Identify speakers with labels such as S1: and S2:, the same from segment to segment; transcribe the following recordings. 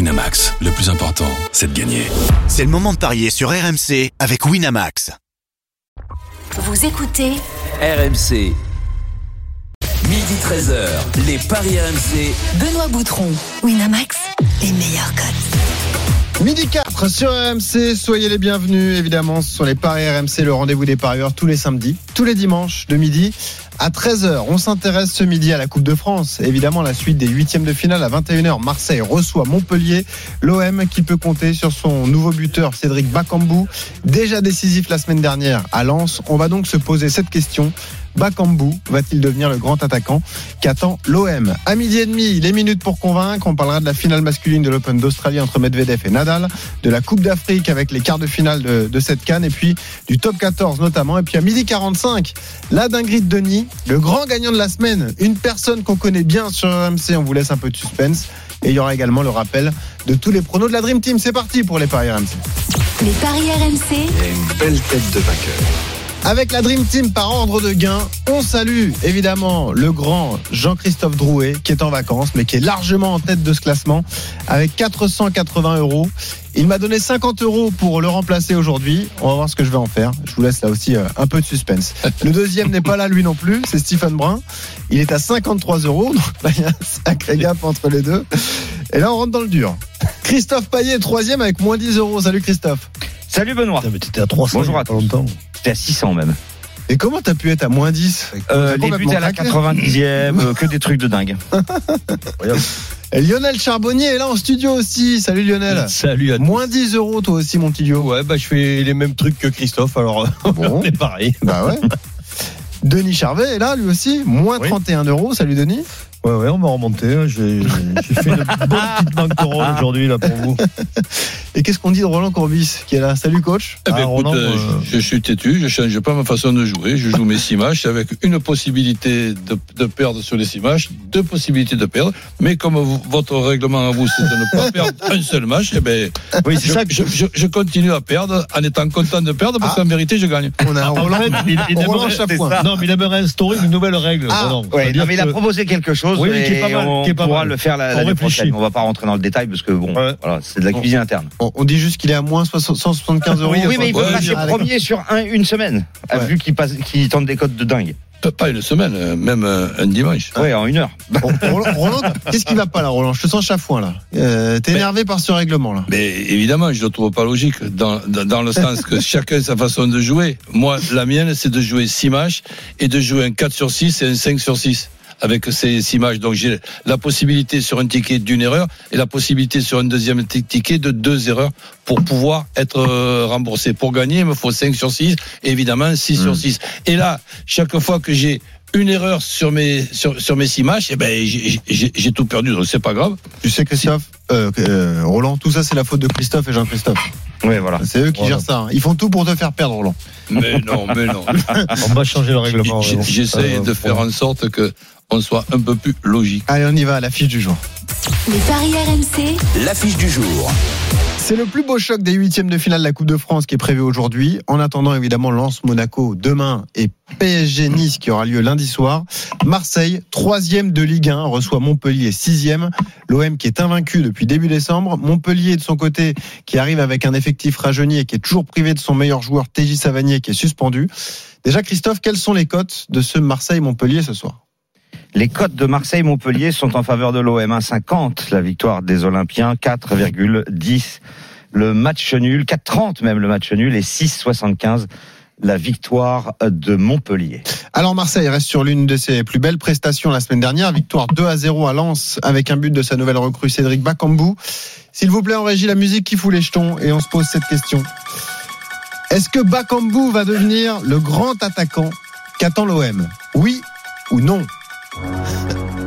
S1: Winamax, le plus important, c'est de gagner.
S2: C'est le moment de parier sur RMC avec Winamax.
S3: Vous écoutez
S4: RMC. Midi 13h, les Paris RMC.
S3: Benoît Boutron, Winamax, les meilleurs codes.
S5: Midi 4 sur RMC, soyez les bienvenus évidemment sur les paris RMC, le rendez-vous des parieurs tous les samedis, tous les dimanches de midi à 13h. On s'intéresse ce midi à la Coupe de France, évidemment la suite des huitièmes de finale à 21h. Marseille reçoit Montpellier, l'OM qui peut compter sur son nouveau buteur Cédric Bakambu, déjà décisif la semaine dernière à Lens. On va donc se poser cette question. Bakambu va-t-il devenir le grand attaquant qu'attend l'OM À midi et demi, les minutes pour convaincre. On parlera de la finale masculine de l'Open d'Australie entre Medvedev et Nadal, de la Coupe d'Afrique avec les quarts de finale de, de cette canne, et puis du top 14 notamment. Et puis à midi 45, la dinguerie de Denis, le grand gagnant de la semaine, une personne qu'on connaît bien sur RMC. On vous laisse un peu de suspense. Et il y aura également le rappel de tous les pronos de la Dream Team. C'est parti pour les paris RMC.
S3: Les paris RMC,
S5: Avec la Dream Team par ordre de gain, on salue évidemment le grand Jean-Christophe Drouet qui est en vacances mais qui est largement en tête de ce classement avec 480 euros. Il m'a donné 50 euros pour le remplacer aujourd'hui. On va voir ce que je vais en faire. Je vous laisse là aussi euh, un peu de suspense. Le deuxième n'est pas là lui non plus, c'est Stephen Brun. Il est à 53 euros. Donc là, il y a un sacré gap entre les deux. Et là, on rentre dans le dur. Christophe Payet, troisième avec moins 10 euros. Salut Christophe.
S6: Salut Benoît. Bonjour à tous. J'étais à 600 même.
S5: Et comment t'as pu être à moins 10
S6: Euh, les
S5: T'es
S6: buts
S5: complètement
S6: à la
S5: claqué.
S6: 90e, euh, que des trucs de dingue.
S5: Et Lionel Charbonnier est là en studio aussi. Salut Lionel.
S7: Salut à
S5: Moins 10 euros toi aussi mon petit Lio.
S7: Ouais, bah je fais les mêmes trucs que Christophe, alors euh,
S5: Bon,
S7: on est pareil.
S5: bah ouais. Denis Charvet est là lui aussi. Moins
S7: Oui.
S5: 31 euros. Salut Denis.
S7: Ouais, ouais, on m'a remonté. hein, J'ai j'ai fait une bonne petite banque de rôle aujourd'hui là pour vous.
S5: Et qu'est-ce qu'on dit de Roland Courbis qui est là Salut coach.
S8: Eh ben,
S7: Ah,
S8: écoute,
S7: Roland,
S8: euh,
S7: euh,
S8: je, je suis têtu, je change pas ma façon de jouer. Je joue mes six matchs avec une possibilité de, de perdre sur les six matchs, deux possibilités de perdre. Mais comme vous- votre règlement à vous, c'est de ne pas perdre un seul match, eh ben,
S7: Oui, c'est
S8: je,
S7: ça Ah. que
S8: je- je- je continue à perdre en étant content de perdre parce qu'en vérité, je gagne.
S5: On a un Roland.
S7: fait, il, il
S5: On
S7: aimerait-
S5: relance la
S7: c'est
S5: pointe.
S7: ça. Non, mais il aimerait instaurer une nouvelle règle.
S5: Ah,
S7: Roland.
S6: Ouais,
S7: C'est-à-dire
S6: non, mais il a
S7: que-
S6: proposé quelque chose
S7: Oui,
S6: et
S7: mais qui est pas mal,
S6: on
S7: qui est pas
S6: pourra
S7: mal.
S6: le faire la-
S7: On
S6: l'année
S7: réfléchit.
S6: prochaine. On va pas rentrer dans le détail parce que bon,
S7: Ouais.
S6: voilà, c'est de la cuisine interne.
S5: On, on dit juste qu'il est à moins 60 175 euros.
S6: Oui, mais il peut
S8: ouais,
S6: passer
S5: ah, d'accord.
S6: premier sur un- une semaine, à
S5: Ouais.
S6: vu qu'il passe- qu'il tente des codes de dingue.
S8: Pe- Pas une semaine, euh, même euh, un dimanche.
S6: Ouais, en une heure.
S5: Bon, Roland, Roland, qu'est-ce qui va pas là Roland Je te sens chafouin là. Euh, T'es énervé par ce règlement là.
S8: Mais évidemment, je ne le trouve pas logique, dans, dans, dans le sens que chacun sa façon de jouer. Moi, la mienne, c'est de jouer 6 matchs et de jouer un 4 sur 6 et un 5 sur 6 avec ces 6 matchs. Donc j'ai la possibilité sur un ticket d'une erreur et la possibilité sur un deuxième ti- ticket de deux erreurs pour pouvoir être euh, remboursé. Pour gagner, il me faut 5 sur 6 et évidemment 6 sur 6. Et là, chaque fois que j'ai une erreur sur mes sur, sur mes six matchs, eh ben j'ai- j'ai j'ai tout perdu, donc c'est pas grave.
S5: Tu sais Christophe, euh, euh, Roland, tout ça c'est la faute de Christophe et Jean-Christophe.
S6: Ouais, voilà.
S5: C'est eux qui
S7: Voilà.
S5: gèrent ça. hein. Ils font tout pour te faire perdre Roland.
S8: Mais non, mais non.
S7: On va changer le règlement.
S8: J- j-
S7: vraiment.
S8: J'essaie
S7: Euh,
S8: de faire en sorte que on soit un peu plus logique.
S5: Allez, on y va à la fiche du jour.
S3: les paris RMC,
S4: L'affiche du jour.
S5: C'est le plus beau choc des huitièmes de finale de la Coupe de France qui est prévu aujourd'hui. En attendant, évidemment, Lens Monaco demain et PSG Nice qui aura lieu lundi soir. Marseille, troisième de Ligue 1, reçoit Montpellier, sixième. L'OM qui est invaincu depuis début décembre. Montpellier, de son côté, qui arrive avec un effectif rajeuni et qui est toujours privé de son meilleur joueur, TJ Savanier, qui est suspendu. Déjà, Christophe, quelles sont les cotes de ce Marseille-Montpellier ce soir
S6: Les cotes de Marseille-Montpellier sont en faveur de l'OM. 1,50 la victoire des Olympiens, 4,10 le match nul, 4,30 même le match nul et 6,75 la victoire de Montpellier.
S5: Alors Marseille reste sur l'une de ses plus belles prestations la semaine dernière, victoire 2 à 0 à Lens avec un but de sa nouvelle recrue Cédric Bakambu. S'il vous plaît, on régit la musique qui fout les jetons et on se pose cette question. Est-ce que Bakambu va devenir le grand attaquant qu'attend l'OM Oui ou non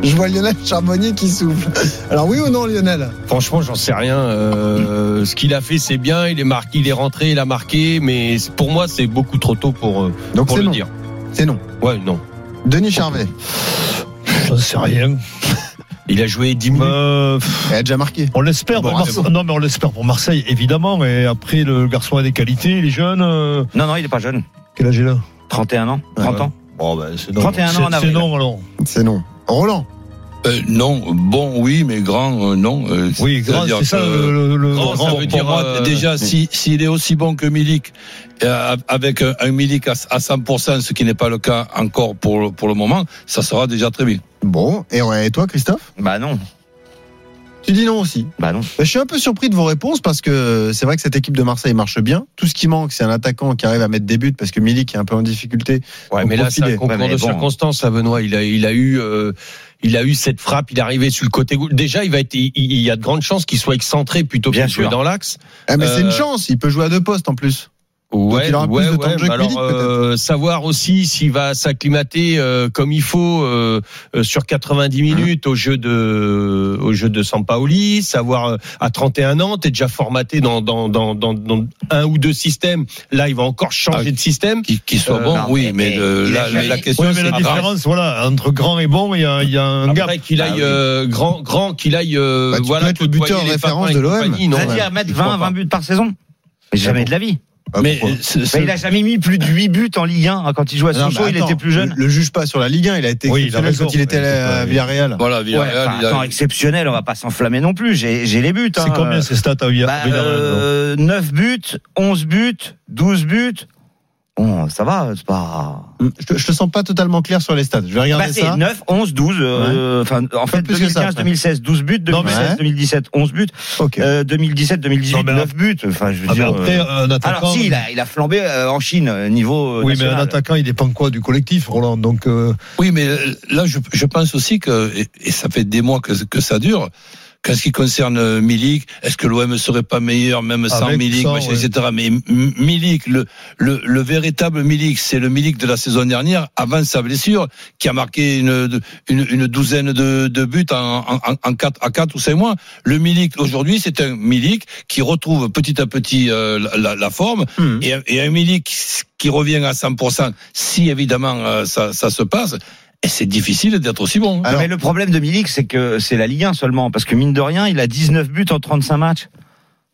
S5: Je vois Lionel Charbonnier qui souffle. Alors oui ou non Lionel
S7: Franchement, j'en sais rien. Euh, ce qu'il a fait, c'est bien. Il est marqué, il est rentré, il a marqué. Mais c'est- pour moi, c'est beaucoup trop tôt pour, euh,
S5: Donc
S7: pour
S5: c'est
S7: le
S5: non.
S7: dire.
S5: C'est non.
S7: Ouais, non.
S5: Denis Charvet,
S7: J'en sais rien. Il a joué 10 minutes.
S5: il a déjà marqué.
S7: on l'espère
S5: Bon,
S7: pour Marseille. Non, mais on l'espère pour Marseille, évidemment. Et après, le garçon a des qualités, il est jeune. euh,
S6: Non, non, il n'est pas jeune.
S7: Quel âge il a
S6: 31 ans 30 ans
S7: Bon, ben, c'est non.
S6: 31 ans en
S7: C'est- C'est
S6: avril.
S7: non, alors.
S5: C'est non. Roland
S8: Euh, non, bon oui, mais grand euh, non. Euh,
S9: Oui, grand,
S8: c'est-à-dire
S9: c'est ça
S8: que,
S9: le, le- le-
S8: euh, grand,
S9: grand,
S8: ça veut
S9: pour
S8: dire
S9: moi,
S8: euh,
S9: euh,
S8: déjà si s'il est aussi bon que Milik euh, avec un, un Milik à, à 100%, ce qui n'est pas le cas encore pour le- pour le moment, ça sera déjà très bien.
S5: Bon, et, ouais, et toi, Christophe
S6: Bah non,
S5: Tu dis non aussi.
S6: bah non.
S5: Bah, je suis un peu surpris de vos réponses parce que c'est vrai que cette équipe de Marseille marche bien. Tout ce qui manque, c'est un attaquant qui arrive à mettre des buts parce que Milik est un peu en difficulté.
S7: Ouais, mais là, c'est
S5: Profilé.
S7: un concours
S6: Ouais, mais
S7: de
S6: bon.
S7: circonstances, à Benoît. Il a, il a eu, euh, il a eu cette frappe. Il est arrivé sur le côté gauche. Déjà, il va être, il, il y a de grandes chances qu'il soit excentré plutôt
S6: Bien
S7: qu'il
S6: sûr.
S7: soit dans l'axe.
S5: Ah, mais c'est une
S7: Euh,
S5: chance, il peut jouer à deux postes en plus.
S7: Ouais,
S5: il aura plus
S7: ouais,
S5: de temps de
S7: ouais,
S5: jeu que
S7: mais
S5: Milik,
S7: alors
S5: peut-être.
S7: euh, savoir aussi s'il va s'acclimater euh, comme il faut euh, euh, sur 90 minutes au jeu de euh, au jeu de Sampaoli, savoir euh, à 31 ans, t'es déjà formaté dans dans, dans dans dans un ou deux systèmes. Là, il va encore changer
S8: Ah,
S7: de système.
S8: Qui, qui soit
S7: Euh,
S8: bon,
S6: non,
S8: oui,
S6: Ah, mais-
S8: mais, le-
S6: il a
S8: la, la-
S6: jamais-
S8: la question
S9: Ouais, mais la
S8: c'est-
S9: différence, voilà, entre grand et bon, il y a, il y a un bah gap.
S7: Après qu'il aille
S6: Ah oui.
S7: euh, grand, grand, qu'il aille euh,
S5: Bah, tu peux
S7: voilà
S5: être le buteur
S7: côtoyer les
S5: référence
S7: Papins et
S5: de l'OM.
S7: compagnie, non,
S5: Vas-y, hein.
S7: ouais.
S6: C'est-à-dire mettre
S7: Je crois
S6: 20, 20
S7: pas.
S6: buts par saison Mais jamais de la vie.
S5: Ah,
S8: Mais
S5: pourquoi
S8: ce- ce-
S6: Bah, il a jamais mis plus de 8 buts en Ligue 1 hein, quand il jouait à
S5: Non,
S6: Sochaux,
S5: mais
S6: il
S5: attends,
S6: était plus jeune.
S5: Le, le juge pas sur la Ligue 1, il a été
S9: Oui, il a
S5: exceptionnel
S9: raison.
S5: quand il était
S9: Ouais, c'est
S5: à
S9: pas-
S5: Villarreal.
S8: voilà, Villarreal,
S6: Ouais, enfin,
S8: il a-
S6: attends, exceptionnel, on va pas s'enflammer non plus. J'ai j'ai les buts.
S9: C'est
S6: hein.
S7: euh,
S9: combien ces stats à
S6: Bah,
S9: Villarreal non
S6: euh, 9 buts, 11 buts, 12 buts. Bon, ça va, c'est pas.
S5: Hum, Je, te- je te sens pas totalement clair sur les stats. Je vais regarder
S6: Bah, c'est
S5: ça.
S6: 9, 11, 12. euh, enfin, en fait,
S5: plus que ça,
S6: 2015,
S5: après.
S6: 2016, 12 buts.
S9: Non, mais-
S6: 2016, 2017, 11 buts.
S5: Ok.
S6: euh, 2017, 2018,
S9: Non, mais
S6: 9 buts. Enfin, je veux
S9: Ah, mais
S6: dire.
S9: après,
S6: euh,
S9: un attaquant.
S6: Alors, si, il a, il a flambé euh, en Chine, euh, niveau. euh,
S9: Oui, mais un
S6: national.
S9: attaquant, il dépend quoi du collectif, Roland Donc, euh,
S8: Oui, mais euh, là, je, je pense aussi que, et, et ça fait des mois que, que ça dure, qu'en ce qui concerne euh, Milik, est-ce que l'OM ne serait pas meilleur même sans
S9: Avec,
S8: Milik,
S9: sans,
S8: machin,
S9: ouais.
S8: etc. Mais M- Milik, le, le, le véritable Milik, c'est le Milik de la saison dernière, avant sa blessure, qui a marqué une, une, une douzaine de, de buts en, en, en- en quatre, à 4 ou 5 mois. Le Milik, aujourd'hui, c'est un Milik qui retrouve petit à petit euh, la, la- la forme,
S5: Hum.
S8: et, un- et un Milik qui revient à 100%, si évidemment euh, ça, ça se passe, et c'est difficile d'être aussi bon.
S5: Alors-
S6: Ah, mais le problème de Milik, c'est que c'est la Ligue 1 seulement. Parce que mine de rien, il a 19 buts en 35 matchs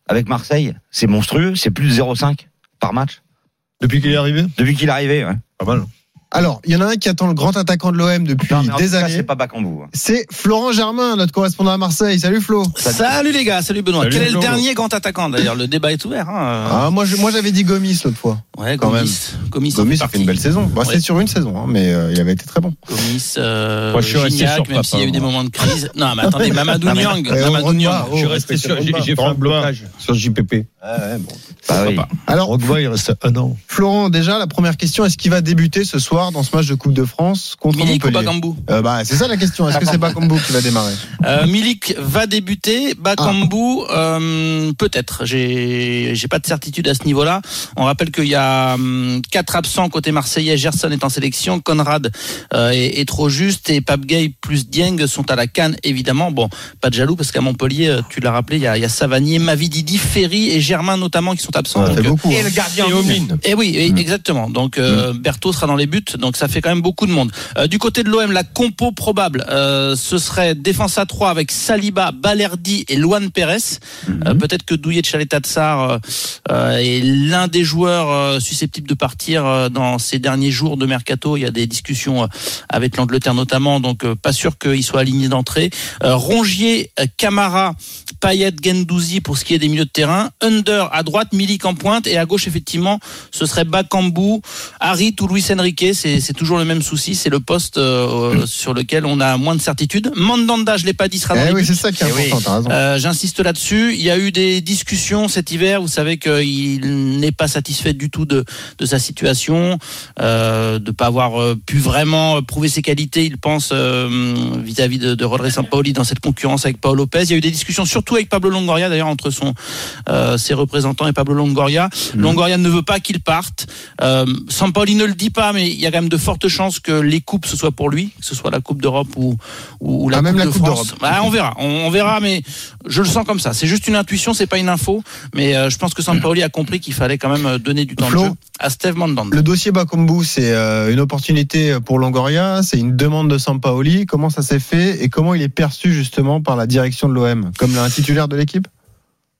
S6: avec Marseille. C'est monstrueux, c'est plus de 0,5 par match
S9: depuis qu'il est arrivé
S6: depuis qu'il est arrivé. ouais.
S9: Pas
S5: hein.
S9: mal.
S5: Alors, il y en a un qui attend le grand attaquant de l'OM depuis
S6: Non, mais en tout
S5: des
S6: cas,
S5: années.
S6: c'est pas Bakambu. hein.
S5: C'est Florent Germain, notre correspondant à Marseille. Salut Flo.
S4: Salut les gars, salut Benoît.
S9: Salut,
S4: Quel est le
S9: Benoît.
S4: dernier grand attaquant d'ailleurs Le débat est ouvert. Hein.
S5: Ah, moi, je- moi, j'avais dit Gomis l'autre fois.
S4: ouais,
S5: quand
S4: Gomis. Gomis, en
S5: Gomis a fait
S4: partie.
S5: une belle saison. Bah, C'est
S4: Ouais.
S5: sur une saison, hein, mais euh, il avait été très bon.
S4: Gomis, euh,
S7: Moi, je suis resté
S4: Gignac,
S7: sur
S4: même
S7: Papa,
S4: s'il y a eu des
S7: moi.
S4: moments de crise. Non, mais attendez, Mamadou Niang.
S5: Eh, on
S4: Mamadou
S5: rentre
S4: Niang.
S5: pas. Oh,
S7: Je suis
S5: on
S7: resté
S5: respecte
S7: sur,
S5: le
S7: j'ai
S5: combat.
S7: j'ai fait un blocage sur JPP.
S6: Bah oui.
S5: Alors,
S9: Rogba, il reste un an.
S5: Florent, déjà, la première question, est-ce qu'il va débuter ce soir dans ce match de Coupe de France contre
S4: Milik ou
S5: Montpellier
S4: Bakambu
S5: Euh, bah, C'est ça la question. Est-ce que c'est Bakambu qui va démarrer
S4: Euh, Milik va débuter, Bakambu euh, peut-être. J'ai j'ai pas de certitude à ce niveau-là. On rappelle qu'il y a hum, quatre absents côté marseillais. Gerson est en sélection, Conrad euh, est, est trop juste et Pape Gay plus Dieng sont à la canne évidemment. Bon, pas de jaloux parce qu'à Montpellier, euh, tu l'as rappelé, il y a, il y a Savanier, Mavididi, Ferry et Germain notamment qui sont absents.
S5: Ça fait
S4: Donc, euh,
S5: beaucoup. hein.
S6: Et le gardien.
S7: Et Omine.
S4: eh oui, oui, exactement. Donc euh, Berthaud sera dans les buts, donc ça fait quand même beaucoup de monde. Euh, du côté de l'OM, la compo probable, euh, ce serait défense à 3 avec Saliba, Balerdi et Luan Pérez. Euh, Peut-être que Douillet de Chaletatsar euh, euh, est l'un des joueurs euh, susceptibles de partir euh, dans ces derniers jours de mercato. Il y a des discussions euh, avec l'Angleterre notamment, donc euh, pas sûr qu'il soit aligné d'entrée. Euh, Rongier, euh, Camara, Payet, Gendouzi pour ce qui est des milieux de terrain. Under à droite, Milik en pointe et à gauche effectivement ce serait Bakambu, Harit ou Luis Enrique. C'est c'est toujours le même souci, c'est le poste euh, sur lequel on a moins de certitude. Mandanda, je l'ai pas dit, sera dans
S5: Eh
S4: les
S5: oui,
S4: buts.
S5: c'est ça qui est
S6: Eh oui.
S5: important, t'as raison.
S4: Euh, J'insiste là-dessus. Il y a eu des discussions cet hiver. Vous savez qu'il n'est pas satisfait du tout de, de sa situation, euh, de pas avoir euh, pu vraiment prouver ses qualités. Il pense euh, vis-à-vis de, de Rodri Sampaoli dans cette concurrence avec Paolo Lopez. Il y a eu des discussions surtout avec Pablo Longoria, d'ailleurs entre son euh, ses représentants et Pablo Longoria.
S5: Mhm.
S4: Longoria ne veut pas qu'il parte. Euh, Sampaoli ne le dit pas, mais il y a quand même de fortes chances que les coupes ce soit pour lui, que ce soit la Coupe d'Europe ou, ou la
S5: Ah,
S4: Coupe
S5: même la
S4: de
S5: Coupe
S4: France.
S5: d'Europe.
S4: Bah, on verra, on, on verra, mais je le sens comme ça. C'est juste une intuition, c'est pas une info, mais euh, je pense que Sampaoli a compris qu'il fallait quand même euh, donner du temps
S5: Flo,
S4: de jeu à Steve Mandanda.
S5: Le dossier Bakambu, c'est euh, une opportunité pour Longoria, c'est une demande de Sampaoli. Comment ça s'est fait et comment il est perçu justement par la direction de l'OM Comme un titulaire de l'équipe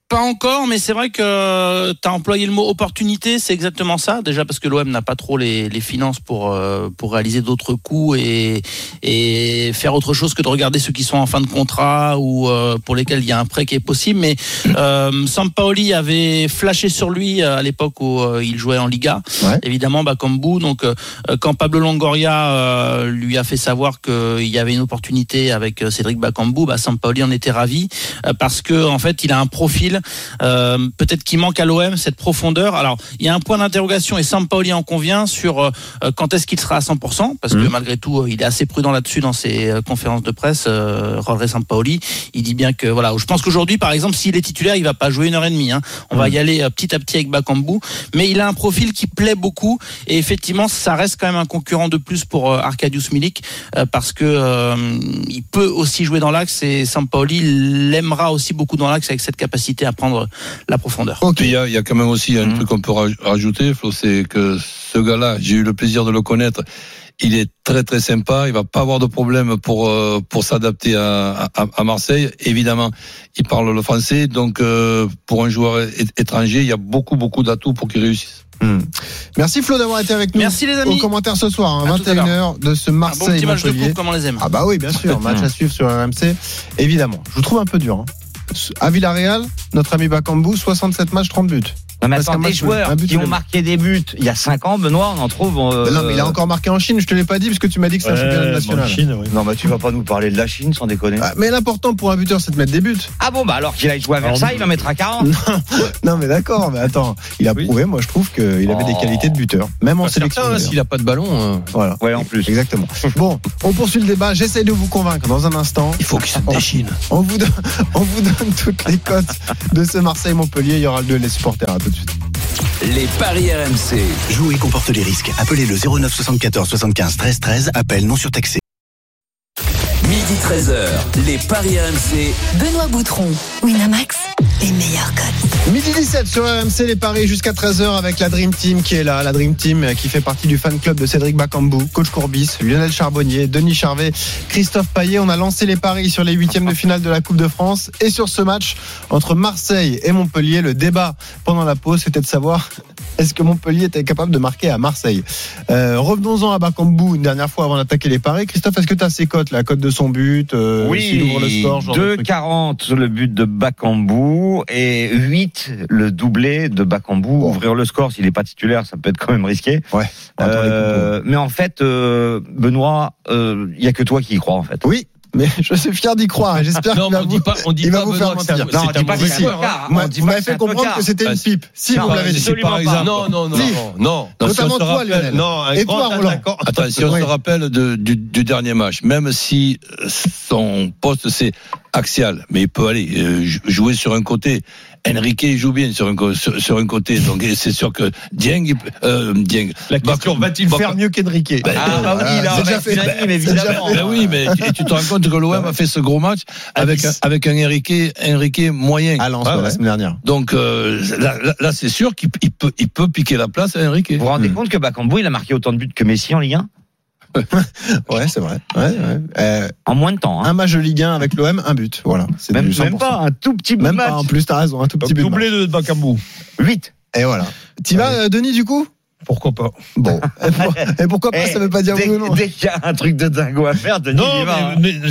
S4: Pas encore, mais c'est vrai que tu as employé le mot opportunité, c'est exactement ça. Déjà parce que l'OM n'a pas trop les, les finances pour, euh, pour réaliser d'autres coups et, et faire autre chose que de regarder ceux qui sont en fin de contrat ou euh, pour lesquels il y a un prêt qui est possible. Mais euh, Sampaoli avait flashé sur lui euh, à l'époque où euh, il jouait en Liga,
S5: Ouais.
S4: évidemment, bah, comme bout. Donc euh, quand Pablo Longoria euh, lui a fait savoir qu'il y avait une opportunité avec euh, Cédric Bakambu, bah, Sampaoli en était ravi euh, parce que en fait il a un profil euh, peut-être qui manque à l'OM cette profondeur. Alors il y a un point d'interrogation et Sampaoli en convient sur euh, euh, quand est-ce qu'il sera à 100% parce que malgré tout euh, il est assez prudent là-dessus dans ses euh, conférences de presse. Euh, Jorge Sampaoli, il dit bien que voilà, je pense qu'aujourd'hui par exemple s'il est titulaire il va pas jouer une heure et demie. hein. On va y aller euh, petit à petit avec Bakambu, mais il a un profil qui plaît beaucoup et effectivement ça reste quand même un concurrent de plus pour euh, Arkadiusz Milik euh, parce que euh, il peut aussi jouer dans l'axe et Sampaoli l'aimera aussi beaucoup dans l'axe avec cette capacité à prendre la profondeur.
S8: Puis il y a, il y a quand même aussi un
S6: Mhm.
S8: truc qu'on peut raj- rajouter, Flo, c'est que ce gars-là, j'ai eu le plaisir de le connaître. Il est très très sympa. Il va pas avoir de problème pour euh, pour s'adapter à, à, à Marseille. Évidemment, il parle le français, donc euh, pour un joueur é- étranger, il y a beaucoup beaucoup d'atouts pour qu'il réussisse.
S5: Hmm. Merci Flo d'avoir été avec nous.
S4: Merci les
S5: Au
S4: amis.
S5: commentaire ce soir, hein,
S4: À tout à l'heure.
S5: 21h de ce
S4: Un bon petit match de
S5: Marseille-Montpellier.
S4: coupe comme on les aime.
S5: Ah bah oui, bien sûr, match à suivre sur RMC, évidemment. Je vous trouve un peu dur. hein. À Villarreal, notre ami Bakambu, 67 matchs, 30 buts.
S6: Non, mais
S5: Parce
S6: attends,
S5: qu'un
S6: des
S5: match,
S6: joueurs
S5: un but,
S6: qui
S5: il
S6: ont
S5: est-
S6: marqué des buts il y a 5 ans, Benoît, on en trouve. euh,
S5: Non, mais il a encore marqué en Chine, je te l'ai pas dit parce que tu m'as dit que c'est un championnat national.
S6: Non, mais tu vas pas nous parler de la Chine sans déconner.
S5: Ah, mais l'important pour un buteur, c'est de mettre des buts.
S6: Ah bon, bah alors qu'il aille jouer à Versailles, il en mettra 40.
S5: Non, mais d'accord, mais attends, il a prouvé, moi je trouve qu'il avait des
S6: Oh.
S5: qualités de buteur, même en sélection. d'ailleurs.
S7: a pas de ballon.
S5: Voilà.
S6: Ouais, en plus.
S5: Exactement. Bon, on poursuit le débat. J'essaye de vous convaincre dans un instant.
S8: Il faut qu'il
S5: Ah,
S8: se déchine.
S5: On vous donne, on vous donne toutes les cotes de ce Marseille-Montpellier. Il y aura le duel des supporters. À tout de suite.
S1: Les paris RMC.
S2: Jouer comporte les risques. Appelez le 09 74 75 13 13. Appel non surtaxé.
S1: Midi 13h, les paris RMC.
S3: Benoît Boutron, Winamax, les meilleurs cotes.
S5: Midi 17 sur RMC, les paris jusqu'à 13h avec la Dream Team qui est là. La Dream Team euh, qui fait partie du fan club de Cédric Bakambu, Coach Courbis, Lionel Charbonnier, Denis Charvet, Christophe Payet. On a lancé les paris sur les huitièmes de finale de la Coupe de France et sur ce match entre Marseille et Montpellier. Le débat pendant la pause, c'était de savoir est-ce que Montpellier était capable de marquer à Marseille. Euh, Revenons-en à Bakambu une dernière fois avant d'attaquer les paris. Christophe, est-ce que tu as ses cotes, la cote de son but euh, s'il ouvre le score, ce genre de truc
S6: 2,40 le but de Bakambu et 8 le doublé de Bakambu. Ouvrir le score s'il n'est pas titulaire, ça peut être quand même risqué.
S5: Ouais. Attends, les compos.
S6: Euh, mais en fait, euh, Benoît, euh, il y a que toi qui y crois en fait.
S5: Oui, mais je suis fier d'y croire. et J'espère qu'il
S7: Non, mais
S5: va
S7: on
S5: vous-
S7: dit pas, on dit
S5: il va
S7: pas
S5: vous
S7: Benoît
S5: faire
S7: que c'est un-
S5: mentir.
S6: Non, on
S7: c'est
S6: dit
S7: un
S6: pas que
S7: mauvais hein.
S6: c'est un
S7: joueur.
S6: tocard.
S5: Vous
S6: Ah, On
S5: m'avez
S6: dit pas
S5: vous m'avez
S6: que c'est
S5: fait
S6: un
S5: comprendre
S6: tocard.
S5: que c'était une pipe. Si,
S6: Non,
S5: vous me l'avez
S6: c'est
S5: dit.
S6: sûr. absolument
S7: par
S6: pas.
S7: exemple. Non, non, non,
S5: Si.
S7: non, non.
S6: Non.
S7: si on
S5: Notamment
S7: se
S5: toi,
S7: rappelle-
S5: Lionel.
S7: Non, un
S5: Et
S7: grand
S5: toi, Roland.
S7: attaquant-
S8: Attends, si on
S5: Oui.
S8: se rappelle de- du, du dernier match, même si euh, son poste c'est axial, mais il peut aller euh, jou- jouer sur un côté. Enrique il joue bien sur un, co- sur, sur un côté, donc et c'est sûr que Dieng, il peut- euh, Dieng.
S7: La question,
S8: Bac-
S7: va-t-il
S8: Bac-
S7: faire mieux qu'Enrique
S6: Ah bah oui, là,
S5: c'est
S6: on
S5: euh, déjà
S6: va être
S5: fait.
S6: unanime, évidemment.
S8: Ben oui, mais tu, et tu te rends compte que l'OM a fait ce gros match avec un, avec un Enrique, Enrique moyen.
S5: À Lens,
S8: Ouais,
S5: ouais, la
S8: ouais.
S5: semaine dernière.
S8: Donc euh, là, là- là, c'est sûr qu'il il peut, il peut piquer la place à Enrique.
S6: Vous vous rendez compte que Bakambu, il a marqué autant de buts que Messi en Ligue 1
S5: Ouais, c'est vrai. Ouais, ouais. Euh,
S6: En moins de temps. hein.
S5: un match de Ligue 1 avec l'OM, un but. Voilà. C'est
S6: Même,
S5: du
S6: même
S5: 100%.
S6: pas, un tout petit bout de
S5: Même
S6: match.
S5: pas. En plus, t'as raison. Un tout petit but. de
S9: Doublé de Bakambu.
S6: 8.
S5: match. Et voilà. T'y vas, euh, Denis, du coup
S9: Pourquoi pas
S5: Bon. Et pour- Et pourquoi pas
S6: Eh,
S5: Ça veut pas dire
S6: Dès,
S5: oui ou non.
S6: dès qu'il y a un truc de dingo à faire, Denis
S9: Non,
S6: il va, hein.
S9: mais, mais,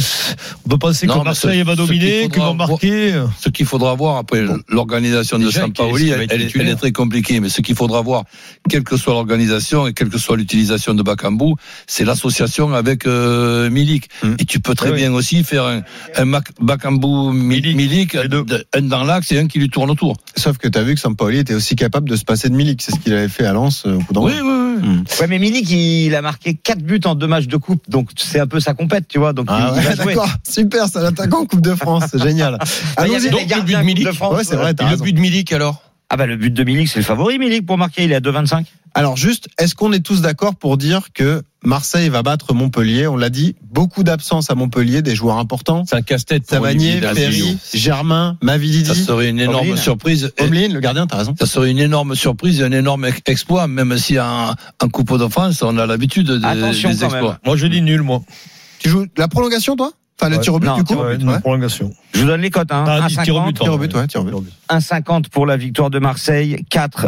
S9: on peut penser
S8: Non,
S9: que
S8: mais
S9: Marseille
S8: ce-
S9: va
S8: ce qu'il
S9: dominer,
S8: faudra
S9: qu'ils vont
S8: voir-
S9: marquer.
S8: Ce qu'il faudra voir après l'organisation de
S7: Déjà,
S8: Sampaoli,
S7: qu'il va
S8: elle,
S7: être
S8: elle est- elle est
S7: titulaire.
S8: très compliquée. Mais ce qu'il faudra voir, quelle que soit l'organisation et quelle que soit l'utilisation de Bakambu, c'est l'association avec euh, Milik.
S7: Hmm.
S8: Et tu peux très
S6: Oui, oui.
S8: bien aussi faire un, un Mac- Bakambu Mi- Milik, de- un dans l'axe et un qui lui tourne autour.
S5: Sauf que t'as vu que Sampaoli était aussi capable de se passer de Milik. C'est ce qu'il avait fait à Lens euh, au coup d'envoi.
S8: Oui, oui, oui.
S7: Hmm.
S6: hein. Ouais, mais Milik, il a marqué 4 buts en 2 matchs de coupe, donc c'est un peu sa compète, tu vois. Donc
S5: Ah
S6: il, il
S5: ouais,
S6: va jouer.
S5: d'accord. Super, c'est un attaquant en Coupe de France. C'est génial.
S6: Bah, il y
S5: Allons-y.
S6: avait
S7: donc
S6: les
S7: le
S6: gardiens
S7: but de
S6: Coupe
S7: Milik.
S6: de France. euh,
S5: Ouais, c'est vrai,
S7: Et
S5: t'as
S7: le
S5: raison.
S7: but de Milik alors
S6: Ah bah le but de Milik, c'est le favori Milik pour marquer, il est à 2,25.
S5: Alors juste, est-ce qu'on est tous d'accord pour dire que Marseille va battre Montpellier On l'a dit, beaucoup d'absences à Montpellier, des joueurs importants.
S7: C'est un casse-tête. pour
S5: Savanier,
S7: éliminer la
S5: Ferry,
S7: Lazio.
S5: Germain,
S8: Ça
S5: Mavididi,
S8: serait une énorme
S6: Oblin.
S8: surprise. Et-
S5: Omeline, le gardien, t'as raison.
S8: ça serait une énorme surprise et un énorme ex- exploit, même si en, en Coupe de France, on a l'habitude des,
S6: Attention
S8: des
S6: quand même.
S8: exploits.
S9: Moi, je dis nul, moi.
S5: Ah, Tu joues la prolongation, toi Enfin, le
S9: Ouais,
S5: tir au but,
S6: non,
S5: du coup.
S6: tir au
S9: Ouais,
S5: Ouais.
S9: une prolongation.
S6: Je vous donne les cotes. Hein.
S9: Ah,
S6: 1,50,
S9: dis, tir au but.
S5: Tir au but,
S9: pardon.
S5: ouais, tir au but.
S9: Tir au but.
S6: 1,50 pour la victoire de Marseille,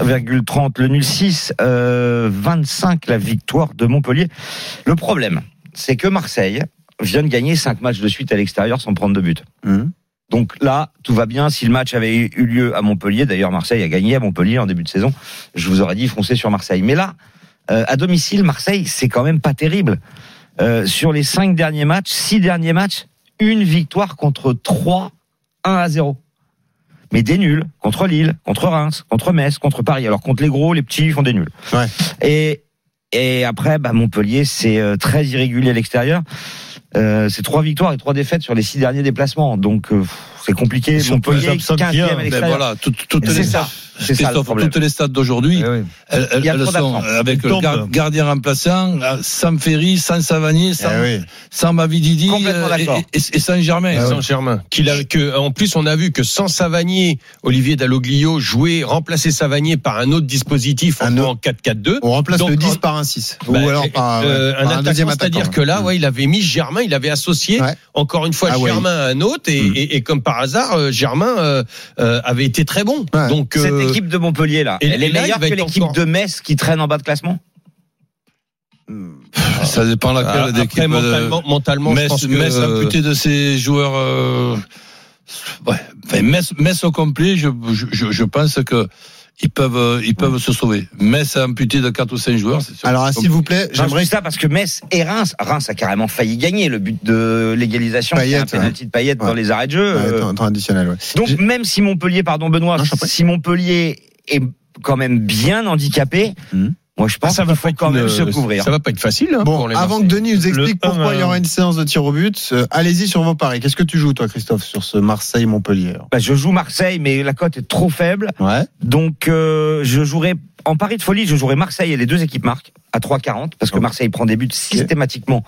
S6: 4,30 le nul 6, euh, 25 la victoire de Montpellier. Le problème, c'est que Marseille vient de gagner 5 matchs de suite à l'extérieur sans prendre de but.
S5: Mhm.
S6: Donc là, tout va bien. Si le match avait eu lieu à Montpellier, d'ailleurs Marseille a gagné à Montpellier en début de saison, je vous aurais dit foncez sur Marseille. Mais là, euh, à domicile, Marseille, c'est quand même pas terrible. Euh, sur les 5 derniers matchs, 6 derniers matchs, une victoire contre 3, 1 à 0 mais des nuls contre Lille, contre Reims, contre Metz, contre Paris. Alors contre les gros, les petits ils font des nuls.
S5: Ouais.
S6: Et et après, bah, Montpellier, c'est euh, très irrégulier à l'extérieur. Euh, c'est trois victoires et trois défaites sur les six derniers déplacements, donc euh, pff, c'est compliqué.
S9: Surtout les
S6: Montpellier,
S9: absents qui
S6: 15e à
S9: viennent,
S8: Ben
S6: l'extérieur.
S8: voilà, tout- toutes
S6: C'est
S8: les
S6: ça, c'est ça le
S8: Christophe,
S6: problème. Euh,
S8: toutes les stades d'aujourd'hui,
S9: Eh oui.
S8: elles, elles-
S6: Il y a
S8: elles
S6: trop
S8: sont
S6: d'absents.
S8: avec
S9: Ils tombent.
S8: gar- gardien remplaçant, euh, sans Ferry, sans Savanier, sans,
S5: Eh oui.
S8: sans Mavididi
S6: Complètement
S8: euh, et,
S6: d'accord.
S8: et- et sans
S5: Ah
S8: Germain.
S7: Saint Germain. Qu'il a, que, en plus, on a vu que sans Savanier, Olivier Dalloglio jouait, remplaçait Savanier par un autre dispositif
S5: Un
S7: en
S5: autre.
S7: en 4-4-2.
S5: On remplace
S7: Donc,
S5: le 10
S7: en-
S5: par un 6.
S7: Bah,
S5: Ou alors par, ouais,
S7: euh,
S5: par un,
S7: attaquant,
S5: deuxième attaquant. Mm.
S7: C'est-à-dire que là, ouais, il avait mis Germain, il avait associé
S5: Ouais.
S7: encore une fois
S5: Ah ouais. Mm.
S7: Germain à un autre, et, et- et comme par hasard, euh, Germain euh, euh, avait été très bon.
S5: Ouais.
S7: Donc,
S6: Cette
S7: euh,
S6: équipe de Montpellier là,
S7: et-
S6: elle est
S7: et là, il
S6: meilleure
S7: va
S6: que
S7: être
S6: l'équipe
S7: encore-
S6: de Metz qui traîne en bas de classement.
S8: Ça dépend
S6: Ah,
S5: Ah,
S8: laquelle
S7: après,
S8: d'équipe. euh,
S7: mentalement, mentalement, je
S8: Metz,
S7: pense que
S8: Metz
S7: euh,
S8: amputé de ses joueurs. euh, ouais. Enfin, Metz, Metz au complet, je, je, je- je pense que ils peuvent, euh, ils peuvent se sauver. Metz amputé de 4 ou 5 joueurs. c'est sûr.
S5: Alors, ah, s'il vous plaît,
S6: Non, je
S5: j'aimerais
S6: dis ça parce que Metz et Reims, Reims a carrément failli gagner le but de l'égalisation, c'est
S5: Payet,
S6: un penalty de Payet dans
S5: Ouais.
S6: les arrêts de jeu.
S5: Ouais,
S6: euh,
S5: temps- temps additionnel, ouais.
S6: Donc
S5: J'ai-
S6: même si Montpellier, pardon Benoît,
S5: Non, je t'en prie.
S6: si Montpellier est quand même bien handicapé,
S5: Mhm.
S6: moi je pense
S7: Hmm. Ah, ça va
S6: qu'il
S7: pas
S6: faut
S7: être
S6: Ah, quand même
S7: une- euh,
S6: se couvrir.
S7: Ça va pas être facile. hein,
S5: Bon,
S7: pour les
S5: avant que
S7: Marseillais.
S5: Denis nous explique
S9: Le un,
S5: pourquoi il y aura
S9: euh,
S5: une séance de tir au but, euh, allez-y sur vos paris. Qu'est-ce que tu joues, toi, Christophe, sur ce Marseille-Montpellier
S6: Bah, je joue Marseille, mais la cote est trop faible.
S5: Ouais.
S6: Donc euh, je jouerai en pari de folie, je jouerai Marseille et les deux équipes marquent à 3,40 parce que Marseille prend des buts systématiquement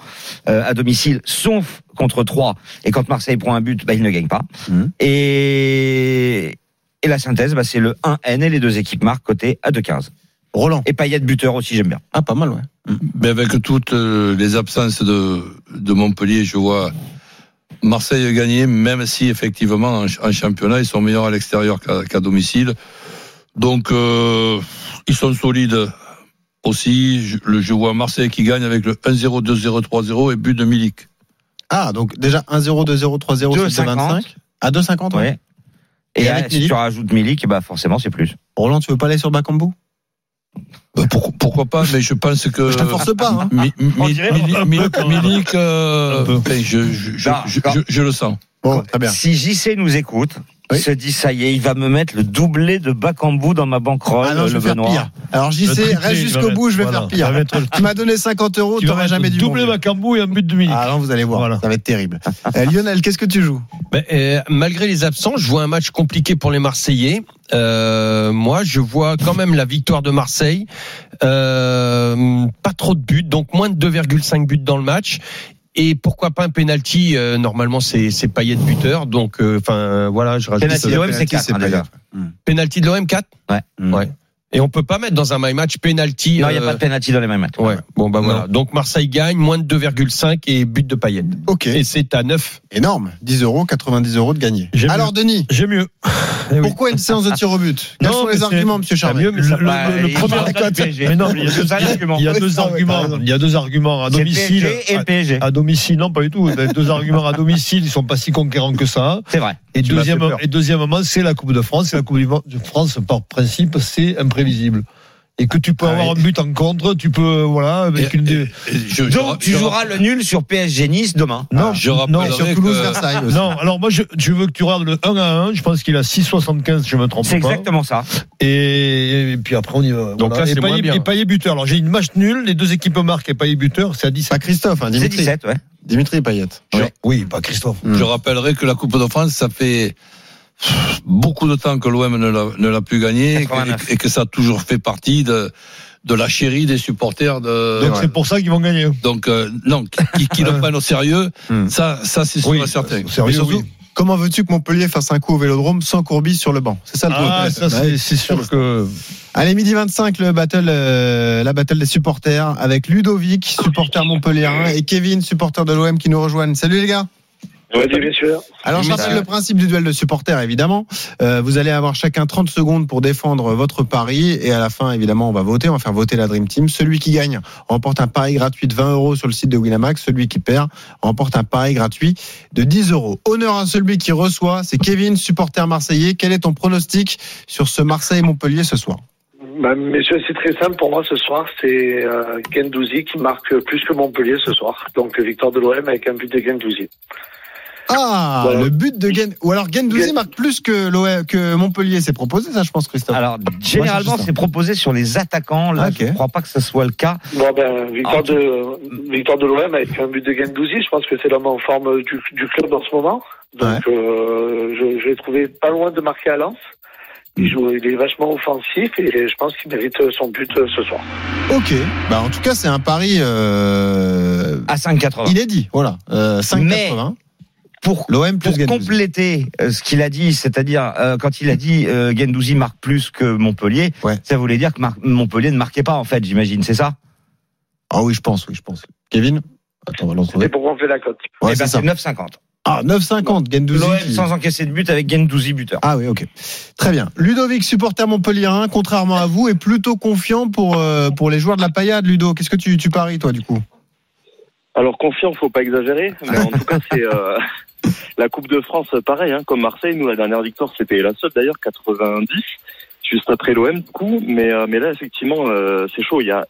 S6: euh, à domicile, sauf contre 3. Et quand Marseille prend un but, bah, il ne gagne pas.
S5: Mhm.
S6: Et et la synthèse, bah, c'est le 1N et les deux équipes marquent côté à 2,15.
S5: Roland.
S6: Et Payet buteur aussi, j'aime bien.
S5: Ah, pas mal, ouais.
S8: Mais avec toutes euh, les absences de, de Montpellier, je vois Marseille gagner, même si effectivement en, ch- en championnat, ils sont meilleurs à l'extérieur qu'à qu'à domicile. Donc, euh, ils sont solides aussi. Je, le- je vois Marseille qui gagne avec le 1-0, 2-0, 3-0 et but de Milik.
S5: Ah, donc déjà 1-0, 2-0, 3-0,
S6: 2,50.
S5: 7-25. À 2,50 ouais.
S6: Ouais. Et,
S5: Et
S6: euh,
S5: avec
S6: si
S5: Milik
S6: tu rajoutes Milik, bah forcément c'est plus.
S5: Roland, tu veux pas aller sur Bakambu
S8: Euh, pour- pourquoi pas, mais je pense que...
S9: Euh,
S5: Je te force pas,
S9: ah,
S5: hein.
S8: Mi- mi-
S6: On dirait-
S8: mi- mi- Milik, euh,
S9: Un peu.
S8: enfin, je- je- je-
S6: Non,
S8: je-
S6: non.
S8: je- je le sens.
S5: Bon, très bien.
S6: Si JC nous écoute,
S5: Oui.
S6: se dit ça y est, il va me mettre le doublé de Bakambu dans ma banquerolle,
S5: Ah non, je
S6: le
S5: vais faire
S6: Benoît.
S5: pire. Alors, j'y
S9: Le
S5: sais,
S9: triplé,
S5: reste
S9: il va
S5: jusqu'au
S9: mettre-
S5: bout, je vais
S9: voilà,
S5: faire
S9: il va
S5: pire.
S9: mettre le-
S5: Tu m'as donné 50 euros,
S9: Tu vas
S5: t'aurais jamais dû.
S9: Doublé
S5: m'en dire.
S9: Macambou et un but de Milik.
S5: Ah non, vous allez voir,
S9: Voilà.
S5: ça va être terrible. Euh, Lionel, qu'est-ce que tu joues
S7: Ben, euh, malgré les absents, je vois un match compliqué pour les Marseillais. Euh, moi, je vois quand même la victoire de Marseille. Euh, pas trop de buts, donc moins de 2,5 buts dans le match. Et pourquoi pas un penalty euh, Normalement, c'est c'est Payet buteur, donc euh, enfin voilà, je rajoute euh,
S6: Penalty de l'OM, c'est 4 déjà.
S7: penalty de l'OM 4
S6: Ouais.
S7: Ouais. Et on peut pas mettre dans un my match penalty.
S6: Non, il n'y a
S7: euh,
S6: pas de penalty dans les mêmes matchs.
S7: Ouais. Bon bah voilà. Donc Marseille gagne moins de 2,5 et but de Payet.
S5: Ok,
S7: Et c'est à 9.
S5: énorme. 10 euros, 90 euros de gagné.
S9: J'ai
S5: Alors, Denis,
S9: J'ai mieux. Eh oui.
S5: pourquoi une séance de tir au but Quels
S9: Non,
S5: sont
S9: mais
S5: les
S9: c'est-
S5: arguments, monsieur
S9: T'as
S5: Charvet
S9: mieux, mais ça-
S6: Le- le- le
S9: il y a
S6: premier
S9: deux
S6: attaque
S9: arguments.
S6: PSG.
S9: Mais non, mais il y a
S6: Deux
S9: deux
S6: arguments.
S9: arguments. Il y a
S5: Oui,
S9: deux
S5: ça, ouais,
S9: arguments. hein.
S5: t'as raison.
S9: Il y a deux arguments à
S6: C'est
S9: domicile.
S6: PSG et PSG.
S9: À à domicile, non, pas du tout. Les Deux arguments à domicile, ils sont pas si conquérants que ça.
S6: C'est vrai.
S9: Et,
S5: Tu m'as fait
S9: deuxième,
S5: peur.
S9: et deuxièmement, c'est la Coupe de France. Et la Coupe de France, par principe, c'est imprévisible. Et que tu peux
S5: Ah
S9: avoir
S5: oui.
S9: un but en contre, tu peux, voilà, avec
S8: Et-
S9: une des.
S8: et- et je- je ra-
S6: Donc, tu
S8: je ra-
S6: joueras le nul sur PSG Nice demain.
S9: Non,
S8: je
S9: non,
S8: rappellerai
S5: Et sur
S8: que-
S5: Toulouse-Versailles aussi.
S9: Non, alors moi, je, je veux que tu regardes le 1 à 1. Je pense qu'il a 6,75, je me trompe
S6: C'est
S9: pas.
S6: exactement ça.
S9: Et, et puis après, on y va.
S7: Donc là,
S9: et
S7: c'est moins
S9: Payet-
S7: bien.
S9: Et Payet buteur. Alors j'ai une match nulle, les deux équipes marquent et Payet buteur, c'est à 17.
S5: Pas Christophe, hein,
S6: C'est
S5: Dimitri.
S6: 17, ouais.
S5: Dimitri Payet.
S9: Ouais. Oui, pas Christophe.
S10: Hmm.
S8: Je rappellerai que la Coupe de France, ça fait beaucoup de temps que l'OM ne l'a- ne l'a plus gagnée et que,
S6: 89.
S8: et que ça a toujours fait partie de, de la chérie des supporters de.
S9: Donc c'est pour ça qu'ils vont gagner.
S8: Donc, euh, non, qui, qui le prennent au sérieux,
S10: Hmm.
S8: ça, ça c'est sûr et certain.
S9: euh, Sérieux,
S5: Mais surtout,
S9: oui.
S5: comment veux-tu que Montpellier fasse un coup au vélodrome sans Courbis sur le banc C'est ça le
S9: Ah,
S5: problème.
S6: Bah,
S9: ça, c'est c'est sûr que.
S5: Allez, midi 25, le battle, euh, la battle des supporters avec Ludovic, supporter montpelliérain, et Kevin, supporter de l'OM qui nous rejoignent. Salut les gars
S10: Oui, bien sûr.
S5: Alors, je
S6: Mais
S5: rappelle
S6: ça-
S5: le principe du duel de supporters, évidemment. Euh, vous allez avoir chacun 30 secondes pour défendre votre pari. Et à la fin, évidemment, on va voter. On va faire voter la Dream Team. Celui qui gagne remporte un pari gratuit de 20 euros sur le site de Winamax. Celui qui perd remporte un pari gratuit de 10 euros. Honneur à celui qui reçoit. C'est Kevin, supporter marseillais. Quel est ton pronostic sur ce Marseille-Montpellier ce soir
S10: Bah, messieurs, c'est très simple pour moi ce soir. C'est euh, Guendouzi qui marque plus que Montpellier ce soir. Donc victoire de l'OM avec un but de Gendouzi.
S5: Ah,
S10: Voilà.
S5: le but de Gen... Ou alors Gendouzi marque plus que, l'O- que Montpellier. C'est proposé, ça, je pense, Christophe.
S6: Alors, généralement,
S5: ça.
S6: c'est proposé sur les attaquants. Là,
S5: Ok.
S6: je ne crois pas que ce soit le cas.
S10: Bon, ben, victoire
S6: Ah.
S10: de, victoire de l'OM avec un but de Gendouzi. Je pense que c'est l'homme en forme du, du club en ce moment.
S6: Ah, bah
S10: Donc, euh, je, je l'ai trouvé pas loin de marquer à Lens. Il,
S9: Hmm.
S10: joue, il est vachement offensif et je pense qu'il mérite son but euh, ce soir.
S5: Ok. Bah, en tout cas, c'est un pari. Euh...
S6: À 5,80.
S5: Il est dit, voilà. Euh, 5,80.
S6: Pour,
S5: L'OM plus
S6: pour
S5: Gendouzi.
S6: compléter euh, ce qu'il a dit, c'est-à-dire euh, quand il a dit euh, Gendouzi marque plus que Montpellier,
S5: Ouais.
S6: ça voulait dire que Mar- Montpellier ne marquait pas, en fait, j'imagine, c'est ça
S5: Ah oui, je pense, oui, je pense. Kevin Attends, on va le retrouver.
S10: C'est pourquoi on fait la cote.
S5: Ouais,
S6: Eh ben,
S5: c'est
S6: c'est
S5: ça.
S6: 9,50.
S5: Ah, 9,50, Gendouzi.
S6: L'OM
S5: qui-
S6: sans encaisser de but avec Gendouzi buteur.
S5: Ah oui, ok. Très bien. Ludovic, supporter montpellierin, contrairement à vous, est plutôt confiant pour, euh, pour les joueurs de la paillade, Ludo. Qu'est-ce que tu, tu paries, toi, du coup
S10: Alors confiant, faut pas exagérer, mais en tout cas c'est euh, la Coupe de France, pareil, hein, comme Marseille, nous la dernière victoire c'était la seule d'ailleurs 90, juste après l'OM du coup, mais euh, mais là effectivement euh, c'est chaud, il y a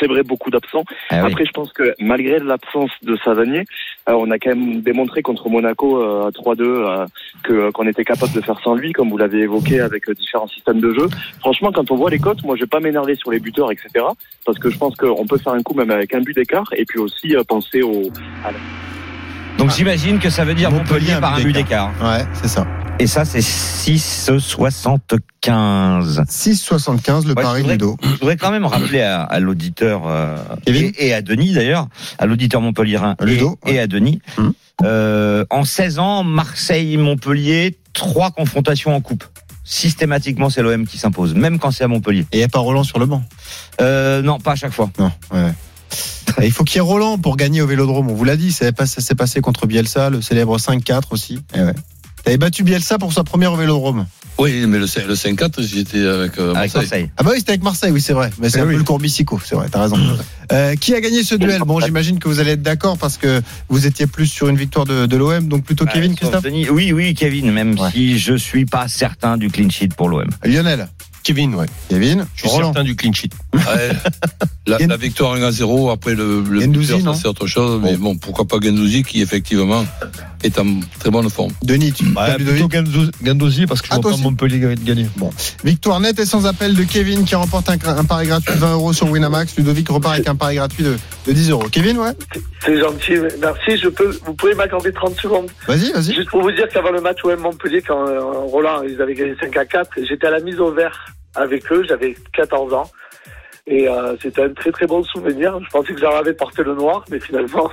S10: c'est vrai beaucoup d'absents.
S6: Ah oui.
S10: Après je pense que malgré l'absence de Savanier, euh, on a quand même démontré contre Monaco euh, à 3-2 euh, que qu'on était capable de faire sans lui, comme vous l'avez évoqué avec euh, différents systèmes de jeu. Franchement quand on voit les cotes, moi je vais pas m'énerver sur les buteurs etc parce que je pense qu'on peut faire un coup même avec un but d'écart et puis aussi euh, penser au
S6: Donc j'imagine que ça veut dire
S5: Montpellier,
S6: Montpellier,
S5: un
S6: par un
S5: but
S6: but d'écart.
S5: Ouais, c'est ça.
S6: Et ça, c'est 6,75.
S5: 6,75, le
S6: Ouais,
S5: pari
S6: c'est
S5: de
S6: vrai.
S5: Ludo.
S6: Je voudrais quand même rappeler à, à l'auditeur euh,
S5: Kevin
S6: et, et à Denis d'ailleurs, à l'auditeur montpellierin et,
S5: Ludo, ouais.
S6: et à Denis.
S5: Mhm.
S6: Euh, en 16 ans, Marseille-Montpellier, trois confrontations en coupe. Systématiquement, c'est l'OM qui s'impose, même quand c'est à Montpellier.
S5: Et il n'y a pas Roland sur le banc.
S6: Euh, non, pas à chaque fois.
S5: Non, ouais, ouais. Et Il faut qu'il y ait Roland pour gagner au Vélodrome. On vous l'a dit, ça s'est pas- ça s'est passé contre Bielsa, le célèbre 5-4 aussi. Eh ouais. T'avais battu Bielsa pour sa première au Vélodrome.
S8: Oui, mais le, cin- le 5-4, j'étais avec euh,
S6: Avec
S8: Marseille.
S6: Marseille.
S5: Ah bah oui, c'était avec Marseille, oui, c'est vrai. Mais c'est
S9: Eh
S5: un
S9: oui. Mm.
S5: peu le courbicico, c'est vrai, t'as raison. Euh, qui a gagné ce duel Bon, j'imagine que vous allez être d'accord parce que vous étiez plus sur une victoire de, de l'OM, donc plutôt Kevin,
S6: Ouais, Bah, sauf
S5: Christophe
S6: Euh, Denis. Oui, oui, Kevin, même
S5: Ouais.
S6: si je suis pas certain du clean sheet pour l'OM.
S5: Lionel,
S11: Kevin, ouais.
S5: Kevin,
S11: Je suis
S5: Roland.
S11: certain du clean sheet.
S8: Ouais. La,
S5: Gen-
S8: la victoire 1-0, après le, le
S5: Gendouzi,
S8: buteur,
S5: non
S8: ça, c'est autre chose. Mais bon, pourquoi pas Gendouzi qui, effectivement, est en très bonne forme.
S5: Denis, tu
S9: Bah,
S5: t'as Ludovic.
S9: plutôt Guendouzi- Guendouzi parce que je
S5: Ah,
S9: vois
S5: toi
S9: pas
S5: aussi.
S9: Montpellier gagner. Bon.
S5: Victoire nette et sans appel de Kevin qui remporte un, un pari gratuit de 20 euros sur Winamax. Ludovic repart avec un pari gratuit de, de 10 euros. Kevin, ouais
S10: C'est gentil, merci. Je peux, vous pouvez m'accorder 30 secondes.
S5: Vas-y, vas-y.
S10: Juste pour vous dire qu'avant le match OM Montpellier, quand euh, Roland, ils avaient gagné 5 à 4, j'étais à la mise au vert avec eux, j'avais 14 ans. Et euh, c'était un très très bon souvenir. Je pensais que j'en avais porté le noir, mais finalement,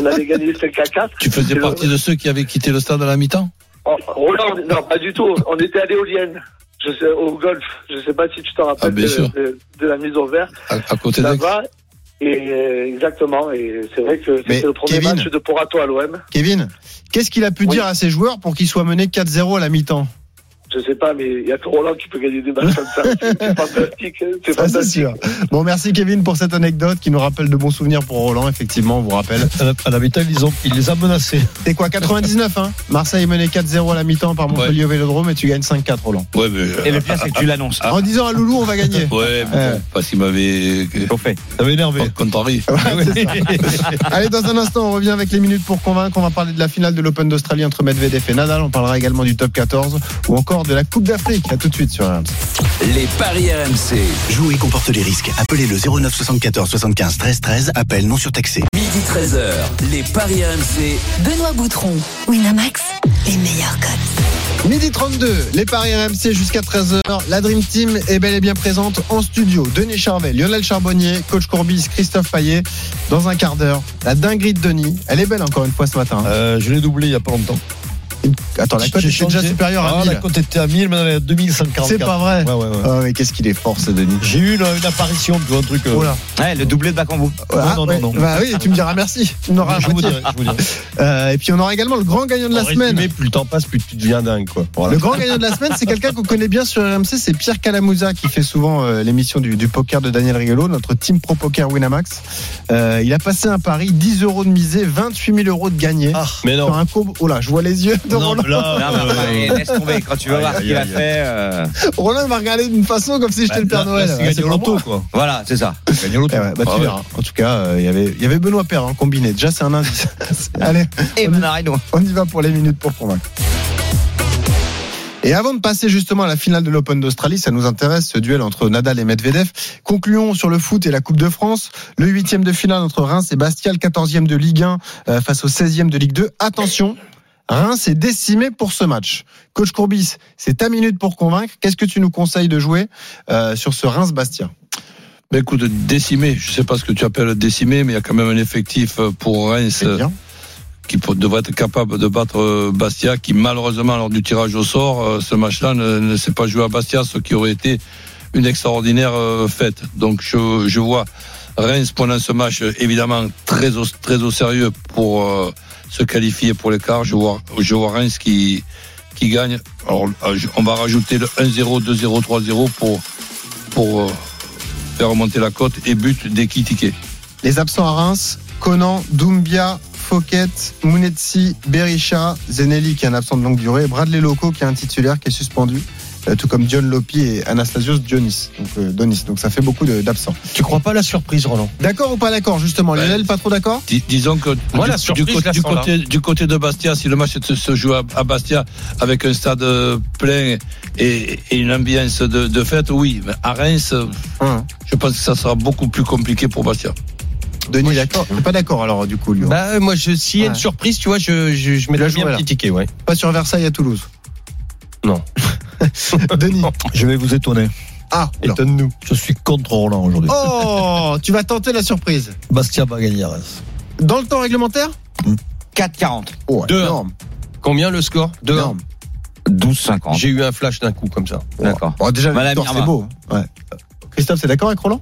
S10: on avait gagné 5 à 4.
S8: Tu faisais
S10: Et, euh,
S8: partie de ceux qui avaient quitté le stade à la mi-temps
S10: Oh, Roland, non, pas du tout. On était à l'éolienne, je sais, au golf. Je sais pas si tu t'en rappelles
S8: bien
S10: de-
S8: sûr.
S10: de- de la mise au vert.
S8: à, à côté de
S10: là-bas. Et euh, exactement, et c'est vrai que
S5: Mais
S10: c'était le premier
S5: Kevin-
S10: match de Porato à l'OM.
S5: Kevin, qu'est-ce qu'il a pu
S10: Oui.
S5: dire à ses joueurs pour qu'ils soient menés 4-0 à la mi-temps
S10: Je sais pas, mais il y a que Roland qui peut gagner des matchs comme ça. C'est- C'est fantastique. hein. C'est
S5: Ah, Ça, c'est
S10: fantastique.
S5: sûr. Bon, merci Kevin pour cette anecdote qui nous rappelle de bons souvenirs pour Roland, effectivement, on vous rappelle.
S9: À la, à la mi-temps, ils, ont- il les a menacés.
S5: C'est quoi, 99, hein Marseille menait 4-0 à la mi-temps par Montpellier au Vélodrome et tu gagnes 5-4, Roland.
S8: Ouais, mais.
S6: Et le pire, c'est que tu l'annonces.
S5: En disant à Loulou, on va gagner.
S8: Ouais, mais
S5: Ouais. Ah
S8: bon, parce qu'il m'avait
S6: Au fait.
S9: Ça m'a énervé.
S8: contrarié.
S5: Ouais, c'est ça. Allez, dans un instant, on revient avec les minutes pour convaincre. On va parler de la finale de l'Open d'Australie entre Medvedev et Nadal. On parlera également du top 14 ou encore de la Coupe d'Afrique. À tout de suite sur RMC.
S1: Les paris RMC.
S2: Jouer comporte les risques. Appelez le 09 74 75 13 13. Appel non surtaxé.
S1: Midi 13h, les paris RMC.
S3: Benoît Boutron, Winamax, les meilleurs codes.
S5: Midi 32, les Paris RMC jusqu'à 13h. La Dream Team est bel et bien présente en studio. Denis Charvet, Lionel Charbonnier, Coach Courbis, Christophe Paillet. Dans un quart d'heure, la dinguerie de Denis. Elle est belle encore une fois ce matin.
S9: Euh, je l'ai doublé il y a pas longtemps.
S5: Attends, la cote était
S9: J'ai
S5: déjà
S9: changé.
S5: supérieure à
S9: Ah, la
S5: 1000.
S9: cote était à 1000, maintenant elle est à 2144.
S5: C'est pas vrai.
S9: Ouais, ouais, ouais.
S5: Ah, mais qu'est-ce qu'il est fort, ce Denis.
S9: J'ai eu là, une apparition de un truc. euh,
S5: Oh là.
S6: Ouais, le doublé de Bakambu.
S5: Ah,
S9: Oh, non, non,
S5: ouais.
S9: non.
S5: Bah oui, tu me diras merci. On aura
S9: je,
S5: un
S9: vous
S5: petit.
S9: dirai, je vous dirai.
S5: Euh, et puis on aura également le grand gagnant de la
S7: En
S5: semaine.
S7: résumé, plus le temps passe, plus tu deviens dingue. Quoi.
S5: Le grand gagnant de la semaine, c'est quelqu'un qu'on connaît bien sur RMC, c'est Pierre Calamusa qui fait souvent euh, l'émission du, du poker de Daniel Riello, notre team pro poker Winamax. Euh, il a passé un pari, 10 euros de misé, 28 000 euros de gagné.
S7: Ah,
S9: Ah.
S7: Mais
S5: sur
S7: non.
S5: un combo. Oh là, je vois les yeux de
S7: Non,
S5: Roland.
S7: mais là,
S6: Non, mais
S7: euh,
S6: enfin, allez, laisse tomber. Quand tu vas voir ce qu'il a fait, euh,
S5: Roland m'a regardé d'une façon comme si j'étais le Père
S7: Bah, là,
S5: Noël.
S7: là, c'est
S5: Ouais,
S7: gagné au
S5: pas
S7: loto,
S5: moi.
S7: quoi.
S6: voilà, c'est ça. Gagne l'auto.
S5: Eh ouais, bah, tu
S6: Ah ouais.
S5: verras. En tout cas, euh, il y avait- il y avait Benoît Père en combiné. Déjà, c'est un indice. Allez,
S6: Et Manarino.
S5: On y va pour les minutes pour convaincre. Et avant de passer justement à la finale de l'Open d'Australie, ça nous intéresse ce duel entre Nadal et Medvedev. Concluons sur le foot et la Coupe de France. Le huitième de finale entre Reims et Bastia, le quatorzième de Ligue 1 euh, face au 16e de Ligue 2. Attention, Reims est décimé pour ce match. Coach Courbis, c'est ta minute pour convaincre. Qu'est-ce que tu nous conseilles de jouer euh, sur ce Reims-Bastia
S8: Mais écoute, décimé, je sais pas ce que tu appelles décimé, mais il y a quand même un effectif euh, pour Reims
S5: C'est
S8: euh,
S5: bien.
S8: qui pour- devrait être capable de battre euh, Bastia, qui malheureusement lors du tirage au sort, euh, ce match-là ne, ne s'est pas joué à Bastia, ce qui aurait été une extraordinaire euh, fête. Donc je, je vois Reims prenant ce match euh, évidemment très au, très au sérieux pour euh, se qualifier pour l'écart. Je vois, je vois Reims qui, qui gagne. Alors euh, je- on va rajouter le 1-0, 2-0, 3-0 pour, pour euh, faire remonter la cote et but d'Ekitike.
S5: Les absents à Reims, Conan, Doumbia, Fouquet, Mounetsi, Berisha, Zenelli qui est un absent de longue durée, et Bradley Loco qui est un titulaire qui est suspendu, euh, tout comme John Lopi et Anastasios Dionis. Donc, euh, Donis. Donc ça fait beaucoup de- d'absents.
S9: Tu crois pas à la surprise, Roland
S5: D'accord ou pas d'accord justement
S8: Ouais.
S5: Lionel, pas trop d'accord
S8: Dis- disons que
S7: Moi, la
S8: du,
S7: surprise,
S8: du
S7: je
S8: côté,
S7: la
S8: du,
S7: sens là.
S8: côté, du côté de Bastia, si le match se, se joue à, à Bastia avec un stade euh, plein et, et une ambiance de, de fête, oui. Mais à Reims, euh,
S5: Hein,
S8: je pense que ça sera beaucoup plus compliqué pour Bastia.
S5: Denis, d'accord T'es Pas d'accord alors du coup, Lyon.
S9: euh,
S7: Bah, moi, je, s'il y a une
S5: Ouais.
S7: surprise, tu vois, je, je, je mettrais
S5: Il a joué,
S7: bien un
S5: là.
S7: petit ticket, ouais.
S5: Pas sur Versailles à Toulouse.
S7: Non.
S5: Denis.
S9: Je vais vous étonner.
S5: Ah, oula.
S9: Étonne-nous. Je suis contre Roland aujourd'hui.
S5: Oh, tu vas tenter la surprise.
S9: Bastia va gagner à Reims.
S5: Dans le temps réglementaire
S6: 4,40.
S5: Oh,
S7: Deux.
S5: énorme.
S7: Combien le score 2
S5: énorme.
S6: 12,50.
S7: J'ai eu un flash d'un coup, comme ça.
S6: D'accord.
S5: Bon, déjà, la
S6: Madame
S5: victoire, c'est
S6: Irma.
S5: beau. hein. Ouais. Christophe, c'est d'accord avec Roland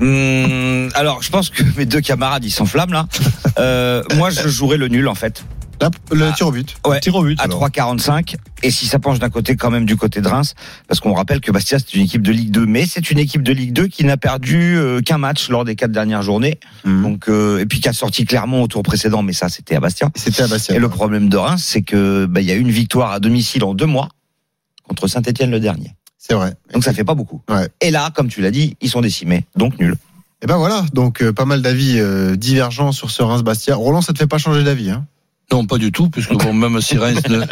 S6: Hum, alors, je pense que mes deux camarades, ils s'enflamment là. Euh, moi, je jouerais le nul en fait.
S5: Là, le
S6: Ah.
S5: tir au but.
S6: Ouais.
S9: Tir au but.
S6: à
S9: alors.
S6: 3,45. Et si ça penche d'un côté, quand même du côté de Reims, parce qu'on rappelle que Bastia, c'est une équipe de Ligue 2, mais c'est une équipe de Ligue 2 qui n'a perdu euh, qu'un match lors des quatre dernières journées.
S5: Hmm.
S6: Donc, euh, et puis qui a sorti Clermont au tour précédent, mais ça, c'était à Bastia.
S5: C'était à Bastia.
S6: Et le problème de Reims, c'est que bah, il y a une victoire à domicile en deux mois contre Saint-Etienne le dernier.
S5: C'est vrai.
S6: Donc ça fait pas beaucoup.
S5: Ouais.
S6: Et là, comme tu l'as dit, ils sont décimés, donc nul.
S5: Et ben voilà, donc euh, pas mal d'avis euh, divergents sur ce Reims-Bastia. Roland, ça te fait pas changer d'avis. Hein
S8: Non, pas du tout, puisque bon, même si Reims ne,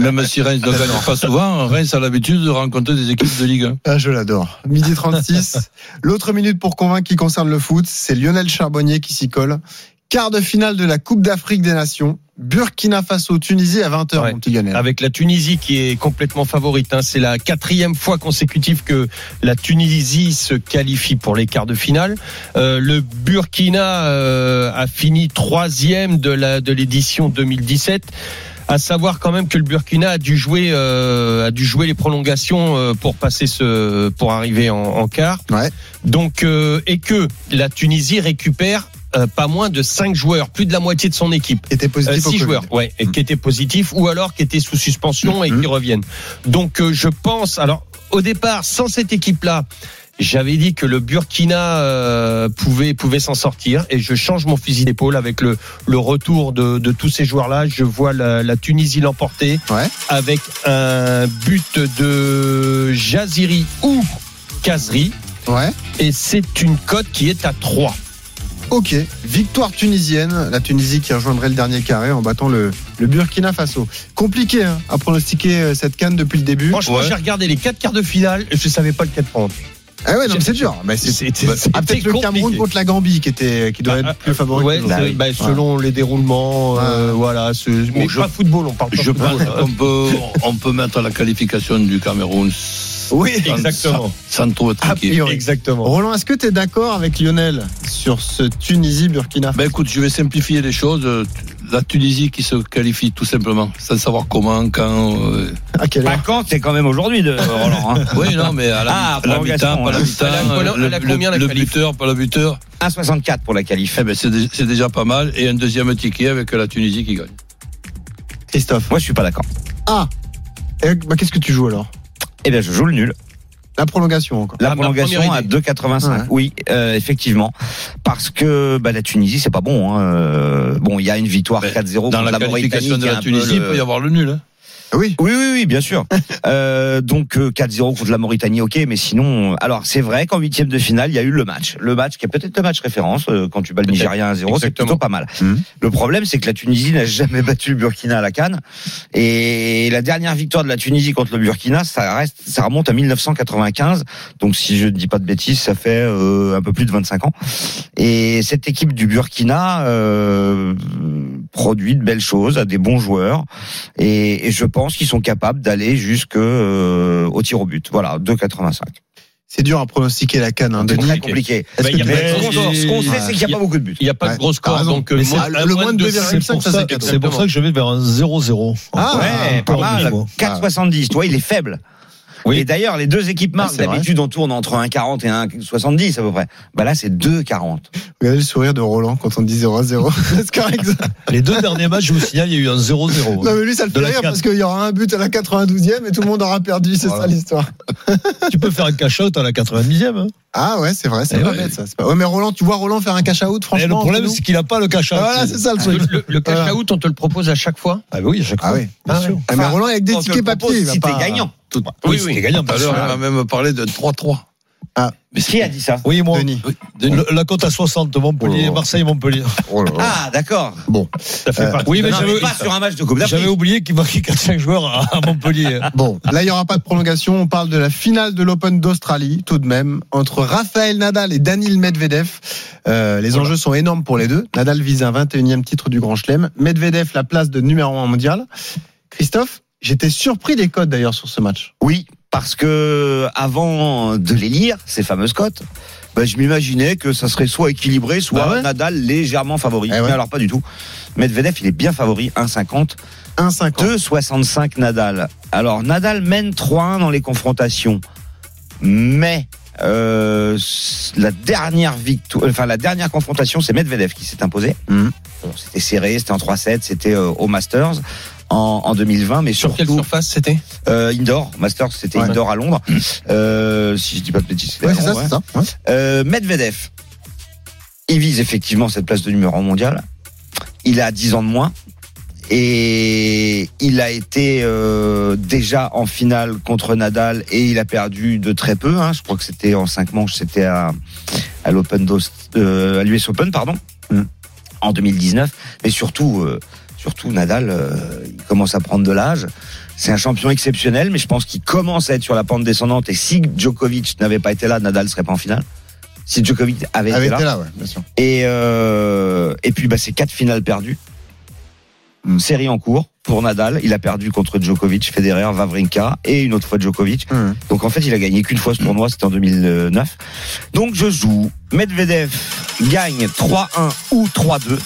S8: même si Reims ne gagne pas souvent, Reims a l'habitude de rencontrer des équipes de Ligue 1.
S5: ah, je l'adore. Midi 36. L'autre minute pour convaincre qui concerne le foot, c'est Lionel Charbonnier qui s'y colle. Quart de finale de la Coupe d'Afrique des Nations. Burkina Faso, Tunisie à 20h,
S7: Ouais.
S5: mon petit Lionel.
S7: Avec la Tunisie qui est complètement favorite. hein. C'est la quatrième fois consécutive que la Tunisie se qualifie pour les quarts de finale. Euh, le Burkina euh, a fini troisième de la de l'édition 2017. À savoir quand même que le Burkina a dû jouer euh, a dû jouer les prolongations euh, pour passer ce pour arriver en, en quart.
S5: Ouais.
S7: Donc euh, et que la Tunisie récupère euh, pas moins de cinq joueurs, plus de la moitié de son équipe.
S5: Qui était
S7: Euh,
S5: positif au
S7: six
S5: Covid. Mmh.
S7: joueurs, ouais, et qui étaient positifs ou alors qui étaient sous suspension et qui reviennent. Donc euh, je pense, alors au départ, sans cette équipe-là, j'avais dit que le Burkina euh, pouvait pouvait s'en sortir et je change mon fusil d'épaule avec le le retour de, de tous ces joueurs-là. Je vois la, la Tunisie l'emporter
S5: Ouais.
S7: avec un but de Jaziri ou Kazri
S5: Ouais.
S7: et c'est une cote qui est à 3.
S5: Ok. Victoire tunisienne. La Tunisie qui rejoindrait le dernier carré en battant le, le Burkina Faso. Compliqué hein, à pronostiquer euh, cette canne depuis le début.
S7: Franchement, j'ai regardé les quatre quarts de finale, je savais pas lequel prendre.
S5: Ah ouais, non, mais c'est dur. Mais c'est
S7: C'était-
S5: Ah,
S7: c'était
S5: peut-être le Cameroun
S7: compliqué.
S5: contre la Gambie qui était qui doit
S7: Bah,
S5: être plus favori.
S7: Ouais,
S5: que nous.
S7: c'est- bah, selon les déroulements, euh, voilà. ce- mais
S8: je-
S7: pas football, on parle pas
S8: Je pense
S7: football.
S8: qu'on peut, on peut mettre la qualification du Cameroun
S7: Oui,
S8: sans-
S7: exactement.
S8: sans, sans trop être
S5: A
S8: inquiet.
S5: priori.
S7: Exactement.
S5: Roland, est-ce que tu es d'accord avec Lionel sur ce Tunisie-Burkina Faso
S8: Ben écoute, je vais simplifier les choses. la Tunisie qui se qualifie tout simplement, sans savoir comment, quand. euh,
S5: À quelle
S6: Bah,
S5: heure
S6: quand c'est quand même aujourd'hui de Roland. hein.
S8: Oui, non, mais à la,
S6: Ah,
S8: à la
S6: prolongation,
S8: mi-temps, pas la
S6: hein.
S8: mi-temps,
S7: Elle a-
S8: euh,
S7: elle a-
S8: le,
S7: elle a combien, la
S8: le- le
S7: qualif
S8: buteur, pas le buteur.
S6: 1,64 pour la qualif.
S8: Eh ben, c'est dé- c'est déjà pas mal. Et un deuxième ticket avec la Tunisie qui gagne.
S5: Christophe.
S6: Moi, je suis pas d'accord.
S5: Ah Eh, bah, Qu'est-ce que tu joues alors
S6: Eh bien, je joue le nul.
S5: La prolongation encore.
S6: La
S7: Ah, ma
S6: prolongation
S7: première
S6: à
S7: idée.
S6: 2,85.
S5: Ouais.
S6: Oui, euh, effectivement, parce que bah, la Tunisie, c'est pas bon. hein. Euh, Bon, il y a une victoire
S8: Mais
S6: 4-0 contre
S8: Bah, Dans la, qualification
S6: Mauritanie,
S8: de
S6: qui est un
S8: la
S6: peu
S8: Tunisie, il
S6: le-
S8: peut y avoir le nul. hein.
S5: Oui.
S6: Oui, oui, oui, bien sûr. Euh, donc euh, 4-0 contre la Mauritanie, ok, mais sinon, euh, alors c'est vrai qu'en huitième de finale, il y a eu le match, le match qui est peut-être le match référence euh, quand tu bats le Nigeria 1-0, c'est
S7: Exactement.
S6: plutôt pas mal.
S5: Mhm.
S6: Le problème, c'est que la Tunisie n'a jamais battu le Burkina à la Cannes, et la dernière victoire de la Tunisie contre le Burkina, ça reste, ça remonte à 1995. Donc si je ne dis pas de bêtises, ça fait euh, un peu plus de 25 ans. Et cette équipe du Burkina euh, produit de belles choses, a des bons joueurs, et, et je pense qu'ils sont capables d'aller jusque euh, au tir au but. Voilà, 2,85.
S5: C'est dur à pronostiquer la canne, hein,
S6: C'est
S5: Denis.
S6: très compliqué.
S5: Est-ce
S7: Bah, il y
S5: que
S7: a
S5: tu-
S7: pas de
S6: Mais ce
S7: grand
S6: qu'on
S7: score.
S6: ce qu'on
S5: Ouais.
S6: sait, c'est qu'il n'y a pas beaucoup de buts.
S7: Il n'y a pas
S5: Ouais,
S7: de gros
S5: t'as
S7: score,
S5: raison.
S7: donc euh,
S5: Mais c'est
S7: moins-
S5: le
S7: à
S5: moins de
S7: de
S5: 2,5,
S7: c'est pour
S5: ça,
S7: ça-
S5: c'est
S9: C'est pour ça que je vais vers un 0-0.
S5: Ah,
S6: ouais, pas
S9: peur du
S6: mal.
S9: choix.
S6: 4,70. Tu vois, il est faible.
S9: Oui.
S6: Et d'ailleurs, les deux équipes marquent.
S5: Ah, c'est vrai.
S6: D'habitude, on tourne entre 1,40 et 1,70 à peu près. Bah là, c'est 2,40.
S5: Regardez le sourire de Roland quand on dit 0 à 0. C'est correct. ça.
S9: Les deux derniers matchs, je vous signale, il y a eu un 0-0.
S5: Non, mais lui, ça le
S9: De
S5: fait
S9: la
S5: rire
S9: canne.
S5: parce qu'il y aura un but à la 92e et tout le monde aura perdu. C'est
S9: Voilà.
S5: ça l'histoire.
S9: Tu peux faire un cash-out à la 90e. hein.
S5: Ah ouais, c'est vrai, c'est
S9: Eh
S5: pas
S9: ouais.
S5: bête ça. c'est Pas... Ouais, mais Roland, tu vois Roland faire un cash
S7: Eh,
S5: out,
S9: Mais
S5: franchement.
S9: le problème,
S5: nous-
S9: c'est qu'il n'a pas le cash-out.
S5: Ah, voilà, c'est ça le truc.
S7: Le, le- le cash out, on te le propose à chaque fois
S9: Ah oui, à chaque
S5: Ah
S9: fois.
S5: oui.
S9: Bien sûr.
S5: Ah, mais Roland, avec des
S6: On te le
S5: tickets
S6: propose
S5: papier, il va
S6: si
S5: pas.
S6: t'es gagnant.
S9: Oui, oui. gagnant,
S8: Tout à
S9: bien
S8: l'heure,
S9: sûr.
S8: elle m'a même parlé de 3-3.
S5: Ah.
S8: Mais
S6: Qui a
S8: c'est-
S6: dit ça
S9: Oui, moi.
S5: Denis.
S8: Oui, Denis.
S9: Le- la cote à 60, Montpellier,
S5: Oh.
S9: Marseille-Montpellier.
S6: Ah, d'accord.
S9: Ça fait partie.
S6: Oui, mais,
S9: Non,
S6: pas sur un match de Coupe
S9: J'avais
S6: d'Afrique.
S9: oublié qu'il marquait 4-5 joueurs à à Montpellier.
S5: Bon, là, il n'y aura pas de prolongation. On parle de la finale de l'Open d'Australie, tout de même, entre Rafael Nadal et Daniil Medvedev. Euh, les enjeux sont énormes pour les deux. Nadal vise un 21e titre du Grand Chelem. Medvedev, la place de numéro 1 mondial. Christophe, j'étais surpris des codes d'ailleurs sur ce match.
S6: Oui, parce que avant de les lire, ces fameuses cotes, bah, je m'imaginais que ça serait soit équilibré, soit
S5: Bah ouais.
S6: Nadal légèrement favori.
S5: Eh ouais.
S6: Mais alors pas du tout. Medvedev, il est bien favori, 1,50.
S5: 1,50.
S6: 2,65 Nadal. Alors Nadal mène 3-1 dans les confrontations, mais euh, la dernière victoire, enfin la dernière confrontation, c'est Medvedev qui s'est imposé.
S5: Mhm.
S6: Bon, c'était serré, c'était en 3-7, c'était euh, au Masters en, en 2020, mais
S7: Sur quelle
S6: surtout
S7: surface c'était
S6: euh, indoor. Masters, c'était
S5: Ouais. Mmh.
S6: indoor à Londres. Euh, si je dis pas de bêtises, c'était à
S5: Ouais, c'est ça,
S6: Londres, ouais.
S5: c'est ça. Ouais.
S6: Euh, Medvedev, il vise effectivement cette place de numéro 1 mondial. Il a 10 ans de moins. Et il a été euh, déjà en finale contre Nadal et il a perdu de très peu. hein. Je crois que c'était en 5 manches, c'était à, à l'Open d'Aust- euh, à l'US Open, pardon, en 2019. Mais surtout, euh, surtout Nadal, euh, il commence à prendre de l'âge. C'est un champion exceptionnel, mais je pense qu'il commence à être sur la pente descendante. Et si Djokovic n'avait pas été là, Nadal serait pas en finale. Si Djokovic avait,
S5: Avec
S6: été là.
S5: t'es là, Ah ouais, bien sûr.
S6: Et, euh, et puis, bah, c'est quatre finales perdues. Une série en cours pour Nadal. Il a perdu contre Djokovic, Federer, Vavrinka et une autre fois Djokovic.
S5: Mhm.
S6: Donc, en fait, il a gagné qu'une fois ce tournoi, c'était en 2009. Donc, je joue. Medvedev gagne 3-1 ou 3-2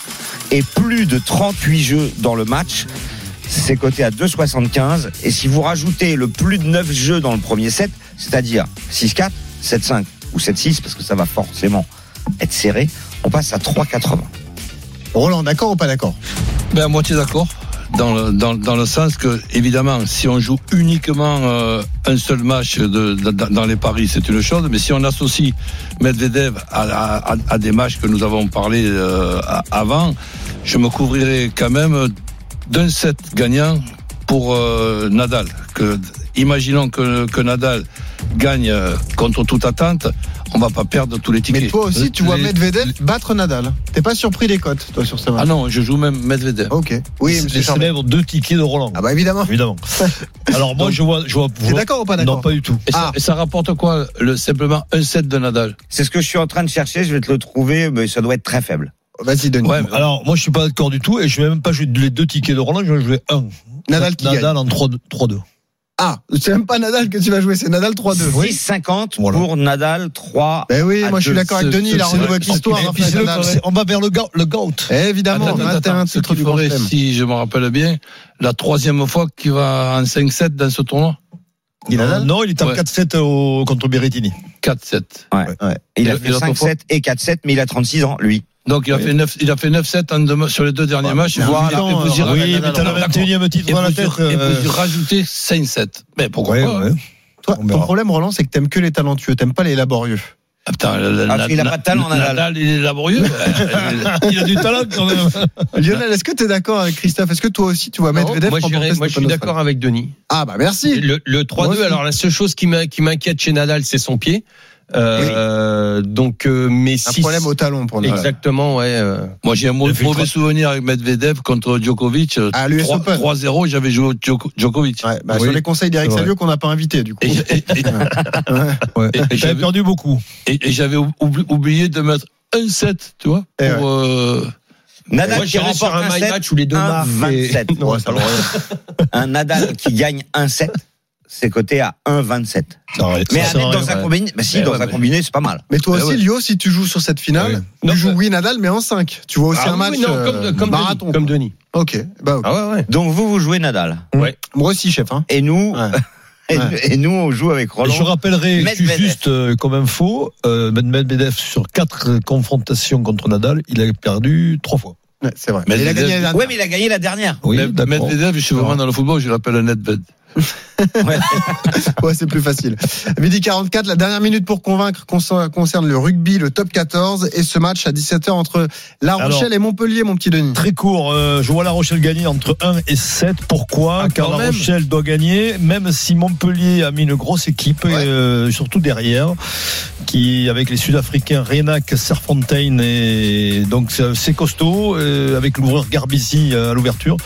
S6: et plus de 38 jeux dans le match. C'est coté à 2,75. Et si vous rajoutez le plus de 9 jeux dans le premier set, c'est-à-dire 6-4, 7-5 ou 7-6, parce que ça va forcément être serré, on passe à 3,80.
S5: Roland, d'accord ou pas d'accord
S8: Ben, à moitié d'accord. Dans le, dans, dans le sens que, évidemment, si on joue uniquement euh, un seul match de, de- dans- dans les paris, c'est une chose, mais si on associe Medvedev à, à- à- à des matchs que nous avons parlé euh, a- avant, je me couvrirai quand même d'un set gagnant pour euh, Nadal. Que, imaginons que, que Nadal gagne euh, contre toute attente, on va pas perdre tous les tickets.
S5: Mais toi aussi, tu vois
S8: Les-
S5: Medvedev battre Nadal. T'es pas surpris des cotes, toi, sur ce
S8: Ah
S5: match
S8: non, je joue même
S6: Ah,
S8: Medvedev.
S5: Ok. Oui,
S9: les
S5: monsieur Charvet.
S9: célèbres deux tickets de Roland.
S5: Ah bah évidemment.
S9: Évidemment. Alors moi,
S5: Donc,
S9: je vois, je vois.
S5: T'es d'accord ou pas d'accord
S9: Non, pas du tout.
S8: Et,
S5: Ah.
S8: ça, et ça rapporte quoi le, Simplement un set de Nadal.
S6: C'est ce que je suis en train de chercher, je vais te le trouver, mais ça doit être très faible.
S5: Vas-y, Denis.
S8: Ouais, mais-
S9: Alors moi, je suis pas d'accord du tout, et je vais même pas jouer les deux tickets de Roland. Je vais jouer un.
S5: Nadal qui gagne.
S9: Nadal en 3-2. 3-2.
S5: Ah, c'est même pas Nadal que tu vas jouer, c'est Nadal 3-2. Oui.
S6: 6,50
S9: Voilà.
S6: pour Nadal 3.
S5: Ben oui,
S6: à
S5: moi je suis
S6: deux.
S5: d'accord avec
S8: Ce-
S5: Denis, il a
S8: ce-
S5: rendu
S8: c'est vrai.
S5: votre histoire.
S9: Et
S5: Rafael
S9: puis, c'est le-
S5: Nadal.
S9: c'est- on va vers le, go- le goat.
S5: Évidemment,
S8: Attends, attends,
S5: 21
S8: attends. Ce
S5: titres
S8: qu'il
S5: du Grand
S8: ferait,
S5: Chelem.
S8: si je me rappelle bien, la troisième fois qu'il va en 5-7 dans ce tournoi.
S9: Il a- non, il est en
S8: Ouais.
S9: 4-7 au- contre Berrettini.
S8: 4-7.
S6: Il a
S8: Et-
S6: fait
S8: et l'autre
S6: 5-7 et 4-7, mais il a 36 ans, lui.
S8: Donc il a fait 9, il a fait 9-7 en deux- sur les deux derniers matchs.
S9: mais
S8: Voilà.
S9: en même temps,
S8: Et vous y
S9: euh,
S8: rajoutez-
S9: oui, mais t'as le
S8: D'accord.
S9: 21e titre
S8: Et
S9: dans la
S8: vous y-
S9: tête.
S8: et
S9: euh,
S8: vous y rajoutez 5-7. Mais pourquoi
S9: ouais,
S8: pas hein?
S9: ouais.
S5: Toi,
S9: On verra.
S5: ton problème, Roland, c'est que t'aimes que les talentueux, t'aimes pas les laborieux.
S8: Ah, putain, la- la-
S6: Ah,
S8: la-
S6: il a
S8: la-
S6: pas de talent, Nadal.
S8: il est laborieux.
S9: Il a du talent quand même.
S5: Lionel, est-ce que t'es d'accord avec Christophe Est-ce que toi aussi tu vois
S7: Non,
S5: Medvedev
S7: moi, je dirais-
S5: remporter
S7: moi,
S5: cet
S7: je suis
S5: Open
S7: d'accord avec Denis.
S5: d'Australie Ah bah merci.
S7: Le, le
S5: Moi
S7: 3-2,
S5: aussi.
S7: alors la seule chose qui m'in- qui m'inquiète chez Nadal, c'est son pied. Euh, Donc, euh, mais
S5: Un
S7: si-
S5: problème au talon pour nous.
S7: Exactement, ouais. euh.
S8: Moi, j'ai un mau-
S7: Depuis
S8: mauvais
S7: trois-
S8: souvenir avec Medvedev contre Djokovic.
S5: Ah, l'US
S8: Trois-
S5: Open.
S8: 3-0, j'avais joué au Djoko- Djokovic.
S5: Ouais, bah,
S8: Oui.
S5: Sur les conseils d'Eric
S9: C'est vrai.
S5: Salio qu'on n'a pas invité du coup.
S8: Et, j'ai- et- et- et- et
S9: J'avais
S8: j'avais-
S9: perdu beaucoup.
S8: et- et j'avais oubli- oublié de mettre un set, tu vois,
S5: Eh
S8: pour, euh,
S6: Nadal
S7: Moi,
S6: qui
S7: j'irais sur
S6: remporte
S7: un
S6: un
S7: my
S6: 7,
S7: match où les deux
S6: un
S7: marquent. et-
S6: 27.
S7: Non,
S9: Ouais, ça le regarde.
S6: un Nadal qui gagne 1-7, c'est coté à 1-27. Mais à mettre dans un combiné, bah si,
S8: Mais
S6: dans
S8: ouais,
S6: un
S8: mais-
S6: combiné, c'est pas mal.
S5: Mais toi
S8: Eh
S5: aussi,
S8: ouais.
S5: Lio, si tu joues sur cette finale,
S7: Non,
S5: tu joues
S7: euh,
S5: oui Nadal mais en 5. Tu vois aussi
S7: Ah
S5: un
S7: oui,
S5: match
S7: non,
S5: euh,
S7: comme, comme
S5: marathon.
S7: Denis, comme Denis.
S5: Ok, bah ok.
S7: Ah ouais, ouais.
S6: Donc vous, vous jouez Nadal.
S5: Moi aussi, chef. Hein.
S6: Et nous,
S5: Ouais.
S6: et,
S5: Ouais.
S6: et nous, on joue avec
S9: Et Je
S6: Roland.
S9: rappellerai
S6: Medvedev.
S9: juste euh, comme info, euh, Medvedev sur quatre confrontations contre Nadal, il a perdu trois fois.
S5: Ouais, c'est vrai.
S8: Mais
S5: il a
S8: les-
S5: gagné la
S6: Ouais,
S5: dernière.
S6: mais il a gagné la dernière.
S9: Oui,
S8: Med-
S9: d'accord.
S8: Medvedev. Je suis vraiment dans le football, je l'appelle un Nedved.
S5: Ouais, c'est plus facile. Midi 44, la dernière minute pour convaincre concer- concerne le rugby, le top 14 et ce match à 17h entre La
S9: Alors-
S5: Rochelle et Montpellier, mon petit Denis.
S9: Très court, euh, je vois La Rochelle gagner entre 1 et 7. Pourquoi
S7: Ah,
S9: Car
S7: quand
S9: La
S7: même.
S9: Rochelle doit gagner, même si Montpellier a mis une grosse équipe,
S5: Ouais.
S9: euh, surtout derrière, qui avec les Sud-Africains Renac, Serfontaine, et donc c'est c'est costaud, euh, avec l'ouvreur Garbizi euh, à l'ouverture.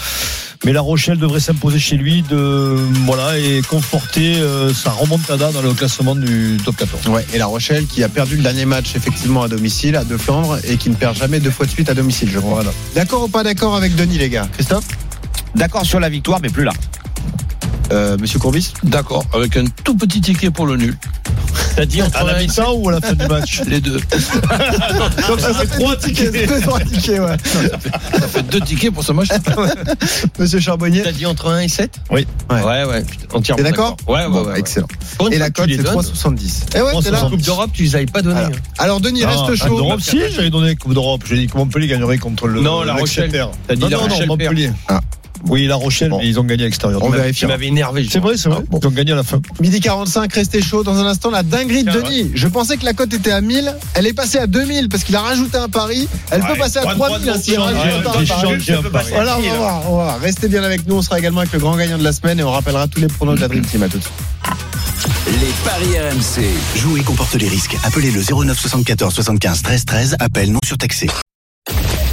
S9: Mais La Rochelle devrait s'imposer chez lui de, voilà, et conforter euh, sa remontada dans le classement du top 14.
S5: Ouais, et La Rochelle qui a perdu le dernier match effectivement à domicile, à deux Flandres, et qui ne perd jamais deux fois de suite à domicile, je crois. D'accord ou pas d'accord avec Denis, les gars Christophe
S6: D'accord sur la victoire, mais plus là.
S5: Euh, Monsieur Courbis
S8: D'accord, avec un tout petit ticket pour le nul.
S9: C'est-à-dire à la mi-temps ou à la fin du match
S8: Les deux.
S5: Donc Ah, ça, fait trois tickets. ça fait trois tickets, ouais.
S8: Ça fait deux tickets pour ce match.
S5: Monsieur Charbonnier
S7: T'as dit entre 1 et 7
S9: Oui.
S7: Ouais, ouais. putain, entièrement.
S5: T'es d'accord
S7: Ouais, ouais,
S5: Bon, bah,
S7: ouais, ouais.
S5: Excellent.
S7: Pour une
S5: Et
S7: fois
S5: la
S7: que tu
S5: cote,
S7: les
S5: c'est
S7: donnes,
S5: 3,70. Eh ouais, t'es là.
S7: En Coupe d'Europe, tu les avais pas donnés.
S5: Voilà.
S7: hein.
S5: Alors, Denis,
S9: Non,
S5: reste
S9: à
S5: chaud.
S9: D'Europe, Ah, si, j'avais donné Coupe d'Europe. J'ai dit que Montpellier gagnerait contre le.
S7: Non, La
S9: l'Exeter.
S7: Rochelle. T'as dit
S9: Non,
S7: La
S9: non, non,
S7: Rochelle perd.
S9: Montpellier.
S5: Ah.
S9: Oui, La Rochelle,
S5: Bon.
S9: mais ils ont gagné à l'extérieur.
S5: On
S7: Tu
S5: vérifiera.
S7: m'avais énervé. je
S9: C'est
S7: crois.
S9: vrai, c'est vrai. Ils ont gagné à la fin.
S5: Midi 45, restez chaud. Dans un instant, la dinguerie de
S9: Tiens,
S5: Denis. Je pensais que la cote était à 1000. Elle est passée à 2000 parce qu'il a rajouté un pari. Elle peut
S9: Ouais,
S5: passer à
S9: trois-
S5: 3000
S9: trois-
S5: s'il
S9: trois-
S5: rajoute
S9: trois-
S5: un
S9: trois-
S5: pari.
S9: trois- trois- trois-
S5: Voilà, on va voir, on va voir. Restez bien avec nous. On sera également avec le grand gagnant de la semaine et on rappellera tous les pronos de la Dream Team à tout de suite.
S1: Les paris RMC.
S2: Jouer comporte les risques. Appelez le 09 74 75 13 13. Appel non surtaxé.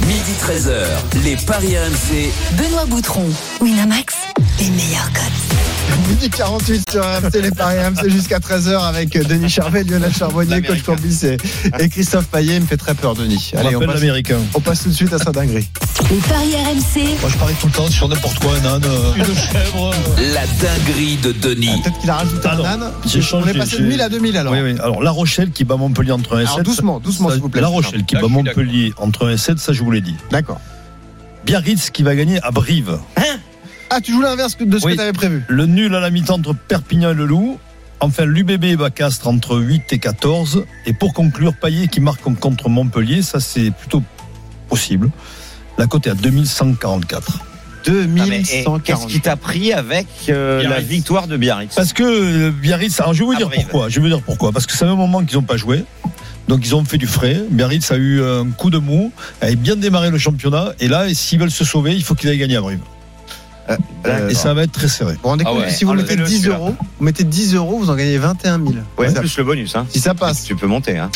S1: Midi 13h, les paris RMC.
S3: Benoît Boutron, Winamax, les meilleurs cotes.
S5: Midi 48 sur RMC, les paris RMC jusqu'à 13h avec Denis Charvet, Lionel Charbonnier, Coach Courbis et, et Christophe Payet. Il me fait très peur, Denis.
S9: On
S5: Allez, on
S9: appelle
S5: passe,
S9: l'Américain.
S5: on passe tout de suite à sa dinguerie.
S3: Les paris RMC,
S9: Moi, je parie tout le temps sur n'importe quoi, un âne, euh, une chèvre.
S1: La dinguerie de Denis.
S5: Peut-être qu'il a rajouté
S9: Ah
S5: un
S9: non,
S5: âne.
S9: j'ai
S5: On
S9: changé,
S5: est passé de
S9: j'ai-
S5: 1000 à 2000 alors.
S9: Oui, oui. Alors, La Rochelle qui bat Montpellier entre 1 et 7.
S5: Alors doucement, doucement
S9: ça-
S5: s'il vous plaît. Ah,
S9: La Rochelle qui
S7: Là,
S9: bat
S7: je suis
S9: Montpellier entre 1 et 7, ça, je vous l'ai dit.
S5: D'accord.
S9: Biarritz qui va gagner à Brive.
S6: Hein
S5: Ah, tu joues l'inverse de ce que
S9: Oui.
S5: tu avais prévu.
S9: Le nul à la mi-temps entre Perpignan et Le Loup. Enfin, l'UBB et Bacastre entre 8 et 14. Et pour conclure, Payet qui marque contre Montpellier. Ça, c'est plutôt possible. La cote est à 2144.
S6: Ah, mais, eh,
S5: 2140.
S6: Qu'est-ce qui t'a pris avec euh, la
S7: Biarritz.
S6: victoire de Biarritz
S9: Parce que euh, Biarritz, alors je vais vous
S6: Ah,
S9: dire
S6: brave.
S9: pourquoi. Je vais vous dire pourquoi. Parce que c'est un moment qu'ils n'ont pas joué. Donc ils ont fait du frais. Biarritz a eu un coup de mou. Elle a bien démarré le championnat. Et là, s'ils veulent se sauver, il faut qu'ils aillent gagner à Brive. Et ça va être très serré.
S5: Vous vous rendez
S6: Euh, Ah
S5: compte
S6: ouais,
S5: que si vous mettez
S6: enlevez-le,
S5: 10
S6: celui-là.
S5: euros, vous mettez 10 euros, vous en gagnez 21 000.
S6: Ouais,
S5: Si ça-
S6: plus le bonus, hein.
S5: Si ça passe.
S6: Tu peux monter, hein.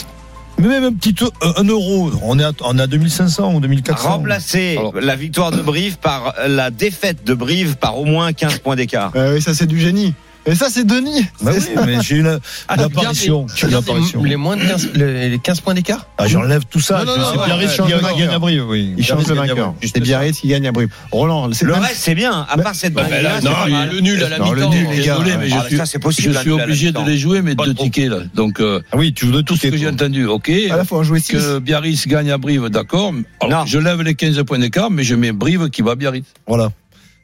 S9: Mais même un petit euh, un euro. On est à, on est à 2500 ou 2400.
S6: Remplacer
S8: Alors.
S6: la euh, victoire de Brive par la défaite de Brive par au moins 15 points d'écart.
S5: Euh, oui, ça c'est du génie. Et ça, c'est Denis.
S9: Bah oui, mais j'ai une,
S7: Ah,
S9: une
S7: tu gardes
S9: apparition.
S7: les- Tu gardes
S9: L'apparition.
S7: les, les moins de 15, les, les 15 points d'écart
S9: Ah, J'enlève tout ça.
S5: Non, non,
S9: je-
S5: non,
S9: c'est
S5: ouais,
S9: Biarritz
S5: ouais,
S9: qui gagne-
S5: change de
S9: gagne à Brive, oui.
S5: Il change
S9: Biarritz
S5: le
S9: gagne à
S5: vainqueur.
S9: Brive, juste
S5: C'est
S9: ça.
S5: Biarritz qui gagne à Brive. Roland, c'est
S6: Le
S5: même-
S6: reste, c'est bien, à part cette
S8: Bah, bah,
S6: dinguerie-là,
S8: non,
S6: c'est pas
S8: il-
S6: mal.
S7: Le nul à la
S8: Non, le
S7: mi-temps.
S8: nul, désolé,
S6: Ah,
S8: mais
S6: là,
S8: je suis,
S6: ça, c'est possible,
S8: je
S6: la
S8: suis
S6: nul à la
S8: obligé de
S6: mi-temps.
S8: les jouer, mais
S7: Pas de
S8: deux
S7: problème.
S8: tickets là. Donc, euh,
S9: Ah oui, tu veux tout
S8: tout ce que j'ai entendu, ok.
S5: Ah, là, faut en jouer 6.
S8: Que Biarritz gagne à Brive, d'accord. Alors,
S6: Non.
S8: Je lève les 15 points d'écart, mais je mets Brive qui va à Biarritz.
S9: Voilà.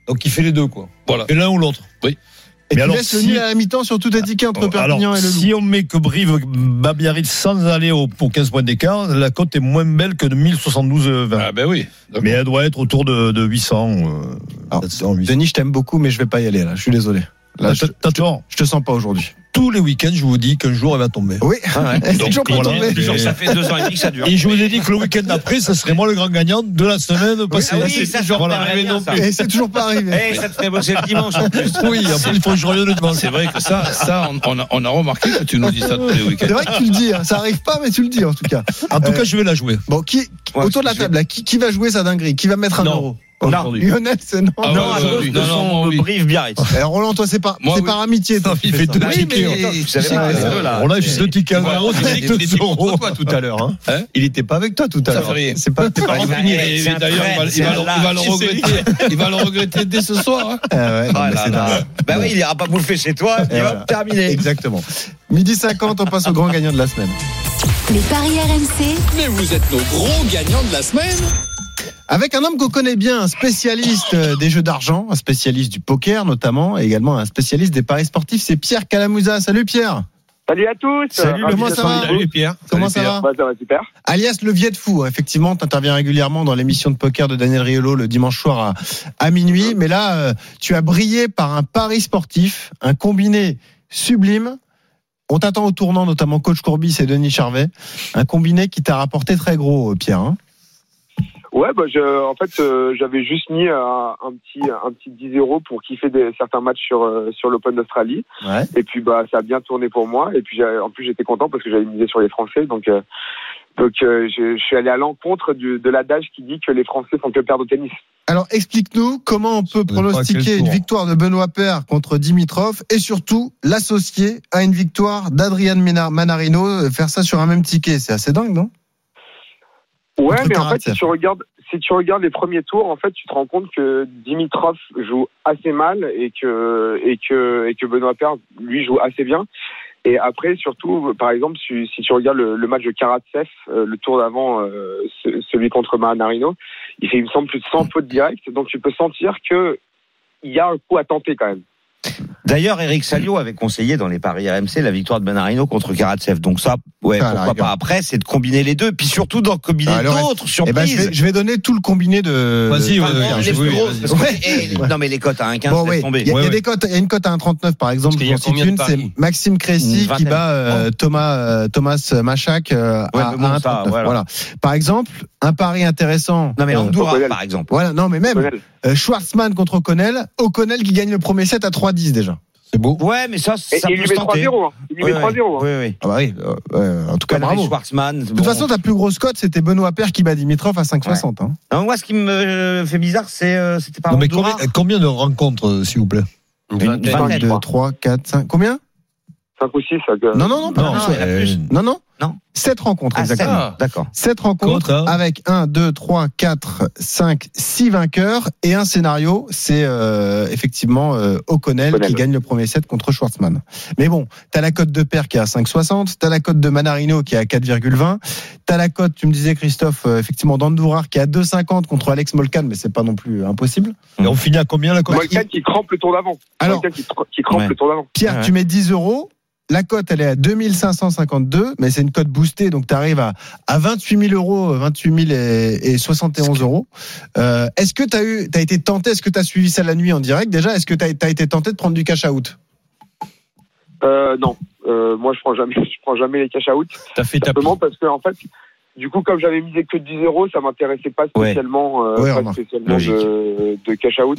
S9: Donc il fait les deux, quoi.
S5: Bah.
S8: Voilà.
S9: Et l'un ou l'autre.
S5: Et tu
S9: Mais alors,
S5: laisses le
S9: si- Ah,
S5: nul à la mi-temps sur tout étiquet entre Perpignan
S9: Alors,
S5: et le Loup.
S9: si on met que Brive bat Biarritz sans aller au, pour 15 points d'écart, la cote est moins belle que de 1072-20.
S8: Ah ben oui. d'accord.
S9: Mais elle doit être autour de, de 800. euh,
S5: Alors,
S9: 700, 800.
S5: Ah, Denis, je t'aime beaucoup, mais je vais pas y aller là. Je suis désolé. Là, je,
S9: T'as- t'as tort.
S5: je te sens pas aujourd'hui.
S9: Tous les week-ends, je vous dis qu'un jour, elle va tomber.
S5: Oui. C'est
S9: Donc,
S5: toujours pas
S9: voilà.
S5: tombé.
S9: Toujours,
S6: Ah Ça
S9: ça
S6: fait deux ans et demi que ça dure.
S9: Et je vous ai dit que le week-end d'après, ça serait moi le grand gagnant de la semaine passée.
S6: ah oui,
S9: Là, c'est-
S6: ça, ça me paraît bien, ça.
S5: Et c'est toujours pas
S6: Eh,
S5: arrivé.
S6: ça te fait bosser le dimanche en plus.
S9: Oui, après, il faut que je revienne le dimanche.
S8: C'est vrai que ça, ça on, on a, on a remarqué que tu nous dis ça tous les
S5: C'est
S8: week-ends.
S5: vrai que tu le dis, hein. ça arrive pas, mais tu le dis en tout cas.
S9: En tout
S5: Euh,
S9: cas, je vais la jouer.
S5: Bon, qui,
S6: Ouais,
S5: autour de la
S6: je-
S5: table, là, qui, qui va jouer sa dinguerie Qui va mettre un
S9: Non.
S5: euro
S6: Non,
S5: Lionel, c'est non.
S8: Ah
S6: non, à
S8: ouais,
S6: cause
S8: oui.
S6: de
S8: Non, non,
S6: son
S8: oui.
S6: Brive Biarritz.
S5: Alors Roland, toi, c'est par,
S8: Moi,
S5: c'est
S8: oui.
S5: par amitié. toi,
S9: Il
S5: tu
S9: fait
S5: fais
S9: deux
S5: ça.
S6: Oui,
S9: tickets.
S6: mais
S9: hein.
S6: vous savez
S9: C'est-
S6: pas,
S9: euh,
S6: c'est eux, là.
S9: On l'a juste deux tickets à
S8: Voilà.
S9: zéro,
S8: Il
S9: c'est
S8: était contre
S9: euros.
S7: Toi, tout à l'heure. hein.
S8: Hein
S7: il n'était pas avec toi tout à
S8: Ça
S7: l'heure.
S8: fait rien.
S5: C'est pas.
S8: Bah, C'est pas fini. Et
S6: C'est un
S8: D'ailleurs, il va-
S6: traître,
S8: il va le- il va le
S6: c'est un
S8: regretter. Il va le regretter dès ce soir. hein.
S5: Ah ouais, non,
S6: Ah
S5: mais
S6: là
S5: c'est
S6: là.
S5: dingue.
S6: Bah oui, il ira pas bouffer chez toi, il
S5: Et
S6: va
S5: voilà.
S6: terminer.
S5: Exactement. Midi 50, on passe au grand gagnant de la semaine.
S3: Les paris RMC,
S1: Mais vous êtes nos gros gagnants de la semaine.
S5: Avec un homme qu'on connaît bien, un spécialiste euh, des jeux d'argent, un spécialiste du poker notamment, et également un spécialiste des paris sportifs, c'est Pierre Calamouza. Salut Pierre
S12: Salut à tous.
S5: Salut,
S12: Ravi
S5: comment
S12: d'être
S5: ça va
S8: Bah,
S12: parmi vous.
S7: Salut Pierre.
S5: Comment
S7: Salut,
S5: ça
S7: Pierre.
S5: va
S12: Bah, ça va super.
S5: Alias Levier de Fou, hein. effectivement, tu interviens régulièrement dans l'émission de poker de Daniel Riolo le dimanche soir à, à minuit, mais là, euh, tu as brillé par un pari sportif, un combiné sublime. On t'attend au tournant, notamment Coach Courbis et Denis Charvet, un combiné qui t'a rapporté très gros, euh, Pierre. hein.
S12: Ouais, bah, je, en fait, euh, j'avais juste mis euh, un petit, un petit 10 euros pour kiffer des, certains matchs sur, euh, sur l'Open d'Australie.
S5: Ouais.
S12: Et puis, bah, ça a bien tourné pour moi. Et puis, j'ai- en plus, j'étais content parce que j'avais misé sur les Français. Donc, euh, donc euh, je, je suis allé à l'encontre du- de l'adage qui dit que les Français font que perdre au tennis.
S5: Alors explique-nous comment on peut
S9: Je connais pas
S5: pronostiquer
S9: quel
S5: une
S9: tour.
S5: victoire de Benoît Paire contre Dimitrov et surtout l'associer à une victoire d'Adrian Ménar- Manarino, euh, faire ça sur un même ticket, c'est assez dingue, non
S12: Ouais,
S5: Contre
S12: mais en fait,
S5: Karatsev.
S12: si tu regardes, si tu regardes les premiers tours, en fait, tu te rends compte que Dimitrov joue assez mal et que et que et que Benoît Paire lui joue assez bien. Et après, surtout, par exemple, si, si tu regardes le, le match de Karatsev, euh, le tour d'avant, euh, ce- celui contre Manarino, il fait, il me semble, plus de 100 fautes directes. Donc, tu peux sentir que il y a un coup à tenter quand même.
S6: D'ailleurs, Eric Salio avait conseillé dans les paris RMC la victoire de Benarino contre Karatsev. Donc ça, ouais,
S5: Ça, à la
S6: pourquoi
S5: rigueur.
S6: pas après, c'est de combiner les deux, puis surtout d'en combiner
S5: Ah, le reste-
S6: d'autres
S5: Eh ben, je,
S6: surprises.
S5: vais, je vais donner tout le combiné de.
S9: Vas-y,
S5: de-
S9: ouais,
S6: Enfin,
S9: ouais,
S6: les
S9: je-
S6: plus
S9: oui,
S6: grosses,
S9: vas-y.
S6: parce que- eh,
S5: Ouais.
S6: Non mais les cotes à 1,15
S5: Bon,
S6: laisse
S5: oui.
S6: tomber.
S5: Il y a, il y a
S9: Ouais,
S5: des
S9: ouais.
S5: cotes. Il y a une cote à 1,39 par exemple.
S7: Parce qu'il
S5: Je
S7: y a
S5: vous en cite
S7: combien de
S5: une, c'est
S7: paris
S5: Maxime
S6: Une
S5: Crécy qui
S6: vingtaine.
S5: bat euh, Thomas euh, Thomas Machac euh,
S6: Ouais,
S5: à,
S6: mais bon,
S5: à
S6: ça,
S5: 1,39.
S6: voilà.
S5: voilà. Par exemple, un pari intéressant.
S6: Non mais
S5: euh,
S6: Andorra,
S12: O'Connell.
S6: par exemple.
S5: voilà. Non, mais même
S12: Lionel,
S5: euh, Schwarzman contre O'Connell. O'Connell qui gagne le premier set à 3,10 déjà.
S9: C'est beau.
S6: Ouais, mais ça,
S12: Et,
S6: ça
S12: et il
S6: peut
S12: lui
S6: se
S12: met
S6: tenter.
S12: 3-0. hein. Il lui
S6: Ouais,
S12: met
S6: ouais.
S12: 3-0. hein.
S6: Ouais, ouais.
S5: Ah bah oui. euh, euh, en tout cas,
S6: Connery,
S5: bravo.
S6: Schwarzman.
S5: De toute façon, ta plus grosse cote, c'était Benoît Paire qui bat Dimitrov à 5,60. hein.
S6: moi, ce qui me fait bizarre, c'est euh, c'était pas
S9: Non, mais
S6: Andorra.
S9: combien, combien de rencontres, euh, s'il vous plaît
S6: Une vingtaine.
S5: Un, deux, trois, quatre, cinq. Combien
S12: 5 ou 6. avec, euh,
S5: Non, non, non, pas
S6: Ah Non,
S5: la même
S6: ouais. il
S5: chose.
S6: y en a plus.
S5: Non, non.
S6: Non.
S5: 7 rencontres,
S6: Ah,
S5: exactement.
S6: sept. D'accord.
S5: 7 rencontres
S9: Contre, hein.
S5: avec 1, 2, 3, 4, 5, 6 vainqueurs et un scénario, c'est euh, effectivement euh, O'Connell
S12: O'Connell.
S5: qui gagne le premier set contre Schwartzman. Mais bon, t'as la cote de Père qui est à 5,60, t'as la cote de Manarino qui est à 4,20, t'as la cote, tu me disais Christophe, euh, effectivement d'Andourar qui est à 2,50 contre Alex Molcan, mais c'est pas non plus impossible.
S9: Et on finit à combien la cote
S12: Molcan qui crampe le tour d'avant.
S5: Alors,
S12: Molcan qui, tr- qui crampe
S6: Ouais.
S12: le tour d'avant.
S5: Pierre,
S6: Ouais.
S5: tu mets 10 euros. La cote, elle est à 2552, mais c'est une cote boostée, donc tu arrives à, à 28 000 euros, 28 000 et, et 71 euros. Euh, Est-ce que tu as, eu- t'as été tenté, est-ce que tu as suivi ça la nuit en direct déjà Est-ce que tu as, été tenté de prendre du cash out
S12: Euh, non, Euh, moi je prends jamais, je prends jamais les cash out.
S7: T'as fait ta
S12: Simplement parce que en fait, du coup comme j'avais misé que 10 euros, ça m'intéressait pas spécialement, euh,
S5: Ouais,
S12: pas
S5: remarque.
S12: spécialement de, de cash out.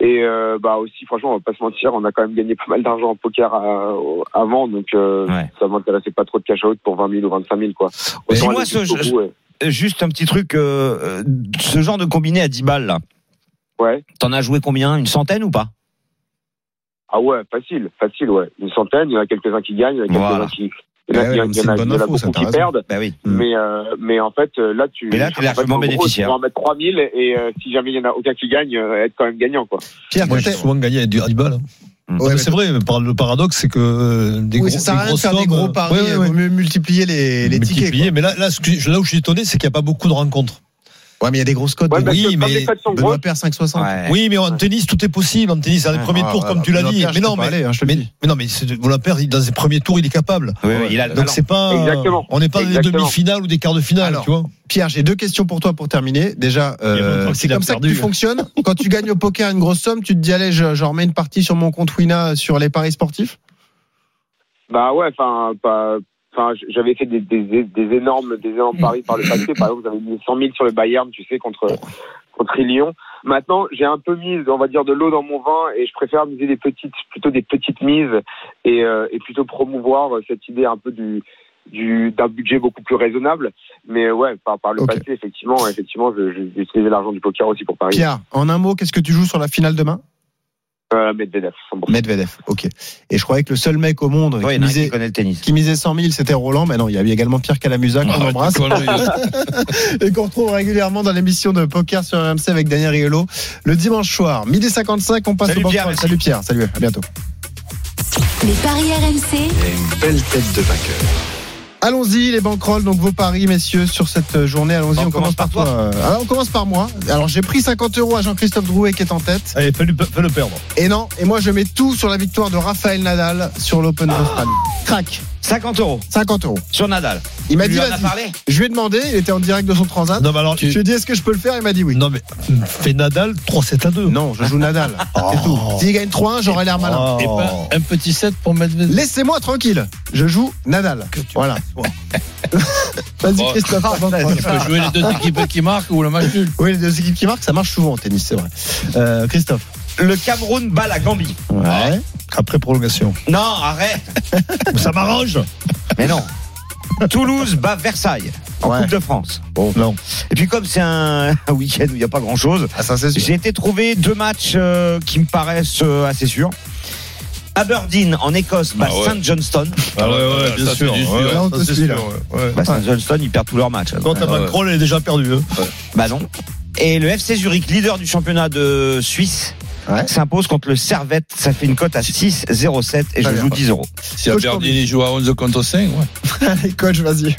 S12: Et euh, bah aussi franchement, on va pas se mentir, on a quand même gagné pas mal d'argent en poker à- au- avant, donc euh,
S6: Ouais.
S12: ça m'intéressait pas trop de cash out pour 20 000 ou 25 000 quoi.
S6: Mais
S12: Autant
S6: dis-moi
S12: aller
S6: ce-
S12: jusqu'au
S6: je-
S12: bout, ouais.
S6: Euh, Juste un petit truc, euh, euh, ce genre de combiné à 10 balles là.
S12: Ouais.
S6: T'en as joué combien Une centaine ou pas
S12: Ah ouais, facile, facile, ouais. Une centaine, il y en a quelques-uns qui gagnent, il y en a quelques-uns
S6: Voilà.
S12: qui. Il y en a,
S9: Eh ouais,
S12: il y en a-
S9: mais
S12: il
S9: c'est
S12: y en a-
S9: une bonne
S12: il y en a
S9: info, ça,
S12: beaucoup qui
S9: t'as raison.
S12: perdent.
S6: Bah oui.
S9: Mm.
S12: Mais, euh, mais en fait, euh, là, tu.
S6: Mais là, t'es
S12: en fait,
S6: largement
S12: en gros,
S6: bénéficiaire.
S12: Tu vas en mettre 3000 et euh, si jamais il y en a aucun qui gagne, euh, être quand même gagnant, quoi.
S5: Pierre,
S9: Moi,
S5: quand
S9: j'ai
S5: t'es-
S9: souvent gagné avec du à du bal.
S6: Mm.
S9: Ouais, mais c'est vrai, mais par- le paradoxe, c'est que euh, des
S5: oui,
S9: gros,
S5: ça sert à rien de
S9: grosses
S5: faire des
S9: sommes,
S5: gros
S9: euh,
S5: paris,
S9: ouais, ouais,
S5: il
S9: ouais.
S5: vaut mieux multiplier les, les tickets.
S9: Multiplier. Mais là, là, ce que je- là où je suis étonné, c'est qu'il n'y a pas beaucoup de rencontres.
S5: quoi. Ouais, mais il y a des grosses cotes.
S12: Ouais,
S5: de-
S12: parce
S9: oui,
S12: que comme
S9: mais
S12: les cotes sont
S5: Benoît
S12: grosses,
S5: Père 5,60.
S6: Ouais.
S9: Oui, mais en tennis, tout est possible. En tennis, à les
S6: Ah,
S9: premiers
S5: Ah,
S9: tours,
S5: voilà,
S9: comme tu l'as
S5: Benoît
S9: dit.
S5: Père, je
S9: Mais
S5: peux
S9: non,
S5: pas
S9: mais
S5: aller, hein, je te le
S9: Mais,
S5: dis.
S9: mais non, mais c'est, Volapère, il- dans ses premiers tours, il est capable.
S6: Oui, oui, il a le
S9: Donc
S6: talent.
S9: c'est pas.
S12: Exactement.
S9: On n'est pas dans des
S12: Exactement.
S9: demi-finales ou des quarts de finale,
S5: Alors,
S9: tu vois.
S5: Pierre, j'ai deux questions pour toi pour terminer. Déjà, euh,
S9: Il y a longtemps
S5: c'est
S9: qu'il a
S5: comme ça que
S9: perdu. hein.
S5: tu fonctionnes. Quand tu gagnes au poker une grosse somme, tu te dis allez, je, je remets une partie sur mon compte Wina euh, sur les paris sportifs.
S12: Bah ouais, enfin, pas- enfin, j- j'avais fait des, des, des- des énormes, des énormes paris par le passé. Par exemple, j'avais mis 100 000 sur le Bayern, tu sais, contre contre Lyon. Maintenant, j'ai un peu mis, on va dire, de l'eau dans mon vin et je préfère miser des petites, plutôt des petites mises et, euh, et plutôt promouvoir euh, cette idée un peu du du- d'un budget beaucoup plus raisonnable mais ouais par, par le
S5: Ok.
S12: passé effectivement effectivement je- je- j'ai utilisé l'argent du poker aussi pour Paris
S5: Pierre, en un mot, qu'est-ce que tu joues sur la finale demain
S12: euh, Medvedev 100%.
S5: Medvedev. Ok. Et je croyais que le seul mec au monde
S6: Ouais, il y en
S5: qui,
S6: a un qui
S5: misait,
S6: connaît le tennis.
S5: qui misait 100 000, c'était Roland. Mais non, il y avait également Pierre Calamusa
S9: Ah,
S5: qu'on embrasse. et qu'on retrouve régulièrement dans l'émission de Poker sur RMC avec Daniel Riolo. Le dimanche soir, midi 55, on passe
S6: Salut
S5: au banc
S6: Pierre,
S5: de parole.
S6: merci.
S5: Salut Pierre, salut, à bientôt.
S3: Les paris RMC,
S2: Il y a une belle tête de vainqueur.
S5: Allons-y, les bankrolls, donc vos paris, messieurs, sur cette journée. Allons-y, on, commence par toi. euh, alors, on commence par moi. Alors, j'ai pris 50 euros à Jean-Christophe Drouet qui est en tête.
S9: Allez, fais le, fais le perdre.
S5: Et non, et moi, je mets tout sur la victoire de Raphaël Nadal sur l'Open d'Australie. Crac,
S6: 50 euros
S5: 50 euros.
S6: sur Nadal.
S5: Il m'a
S6: Tu
S5: dit,
S6: lui en as
S5: vas-y.
S6: parlé
S5: Je lui ai demandé, il était en direct de son transat.
S9: Non, mais alors,
S5: Je lui ai dit, est-ce que je peux le faire Il m'a dit oui.
S9: non, mais fais Nadal 3-7 à 2.
S5: Non, je joue Nadal. C'est tout. S'il gagne 3-1, j'aurai l'air malin.
S9: Oh.
S8: Et pas un petit set pour Medvedev.
S5: Laissez-moi tranquille. Je joue Nadal. Voilà. Vas-y,
S8: Bon.
S5: Christophe.
S8: Tu peux jouer les deux équipes qui marquent ou le match nul.
S5: Oui, les deux équipes qui marquent, ça marche souvent au tennis, c'est vrai. Euh, Christophe.
S6: Le Cameroun bat la Gambie.
S5: Ouais.
S9: Après prolongation.
S6: Non, arrête
S9: Ça m'arrange.
S6: Mais non. Toulouse bat Versailles en
S5: Ouais.
S6: Coupe de France.
S9: Bon, non.
S6: Et puis comme c'est un un week-end où il n'y a pas grand-chose,
S5: Ah, ça, c'est sûr.
S6: j'ai été trouver deux matchs euh, qui me paraissent euh, assez sûrs. Aberdeen en Écosse bat
S8: Ah ouais.
S6: St Johnston.
S9: Ah ouais, ouais, bien
S8: Ça, c'est
S9: sûr.
S8: du
S9: Ouais,
S8: sûr.
S9: ça,
S5: on te
S9: c'est
S5: suit,
S9: sûr, ouais, ouais.
S6: Bah, St Johnston, ils perdent tous leurs matchs.
S9: Quand ta
S8: ouais.
S9: bankroll, elle est déjà perdue. hein.
S6: Bah non. Et le FC Zurich, leader du championnat de Suisse,
S5: Ouais.
S6: s'impose contre le Servette. Ça fait une cote à 6,07 et
S5: Très
S6: je
S5: bien.
S6: joue 10 euros.
S8: Si
S5: Coach
S8: Aberdeen joue à 11 contre 5, ouais.
S5: Allez, coach, vas-y.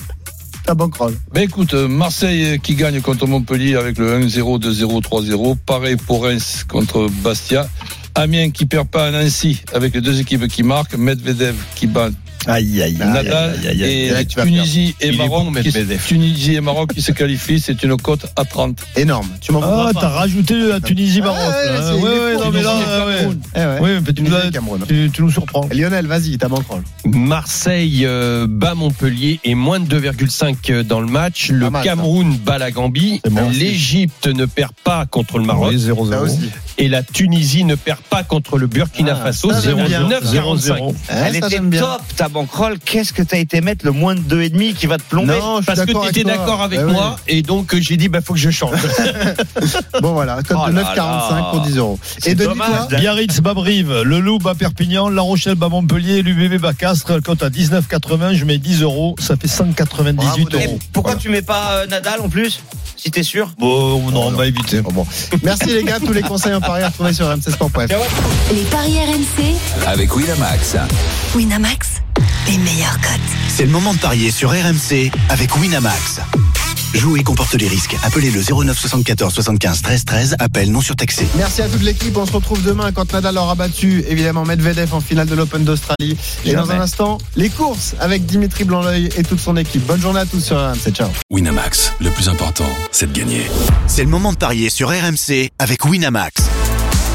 S5: Ta banquerolle.
S8: Ben écoute, euh, Marseille euh, qui gagne contre Montpellier avec le 1-0, 2-0, 3-0. Pareil pour Reims contre Bastia. Amiens qui perd pas à Nancy avec les deux équipes qui marquent. Medvedev qui bat
S9: Aïe, aïe, aïe.
S8: Nadal
S9: aïe, aïe, aïe, aïe.
S8: et
S5: Là, tu vas
S8: Tunisie et,
S9: Il est
S8: Maroc
S9: bon,
S8: qui,
S9: Medvedev.
S8: Tunisie et Maroc qui se qualifient. C'est une cote à 30.
S5: Énorme. Tu m'en
S9: Ah,
S5: voudras
S9: t'as
S5: pas.
S7: euh,
S9: rajouté la Tunisie-Maroc.
S5: Ah, ouais,
S9: là,
S5: c'est-
S9: hein.
S5: il
S9: Ouais,
S5: est
S9: ouais,
S5: fou,
S9: non, mais là,
S5: Tunisie,
S9: ouais.
S5: Cameroun. Eh ouais.
S9: Ouais, mais tu nous,
S5: Tunisie
S9: as-
S5: et Cameroun.
S9: tu- tu nous surprends.
S5: Lionel, vas-y, ta banquerolle.
S7: Marseille euh, bat Montpellier et moins de 2,5 euh, dans le match. Le
S5: Pas mal, ça.
S7: Cameroun bat la Gambie.
S9: C'est bon.
S7: L'Égypte ne perd pas
S5: Ah
S7: contre le Maroc.
S9: Oui, 0-0.
S5: Ça aussi.
S7: Et la Tunisie ne perd pas contre le Burkina
S5: Ah,
S7: Faso.
S5: ça, j'aime bien.
S7: 9,45.
S5: Ah,
S6: Elle
S5: ça,
S6: était
S5: j'aime bien.
S6: top ta bankroll. Qu'est-ce que t'as été mettre le moins de 2,5 qui va te plomber
S5: Non, je suis
S7: Parce que
S5: d'accord
S7: tu
S5: avec
S7: étais
S5: toi.
S7: d'accord avec
S5: Eh oui.
S7: moi et donc euh, j'ai dit bah faut que je change.
S5: Bon, voilà. Cote
S6: Oh
S5: de
S6: là
S5: 9,45
S6: là.
S5: pour 10 euros.
S6: C'est
S5: Et Denis,
S6: dommage,
S5: toi
S6: Dan.
S9: Biarritz bas Brive, le Loup bas Perpignan, La Rochelle bas Montpellier, l'UBB bas Castres, cote à 19,80, je mets 10 euros, ça fait 198
S5: Bravo,
S9: euros.
S5: Dan.
S6: Et pourquoi tu mets pas euh, Nadal en plus Si t'es sûr
S9: Bon, non, Oh, on va éviter.
S5: Merci les gars, tous les conseils en paris à retrouver sur mcsport.fr.
S3: les paris RMC,
S2: Avec Winamax.
S3: Winamax, les meilleurs cotes.
S2: C'est le moment de parier sur RMC avec Winamax. Jouer comporte les risques. Appelez le 09 74 75 13 13. Appel non surtaxé.
S5: Merci à toute l'équipe. On se retrouve demain quand Nadal aura battu évidemment Medvedev en finale de l'Open d'Australie. Et dans
S6: Jamais.
S5: un instant, les courses avec Dimitri Blanleuil et toute son équipe. Bonne journée à tous sur RMC. Ciao.
S13: Winamax, le plus important, c'est de gagner.
S2: C'est le moment de parier sur RMC avec Winamax.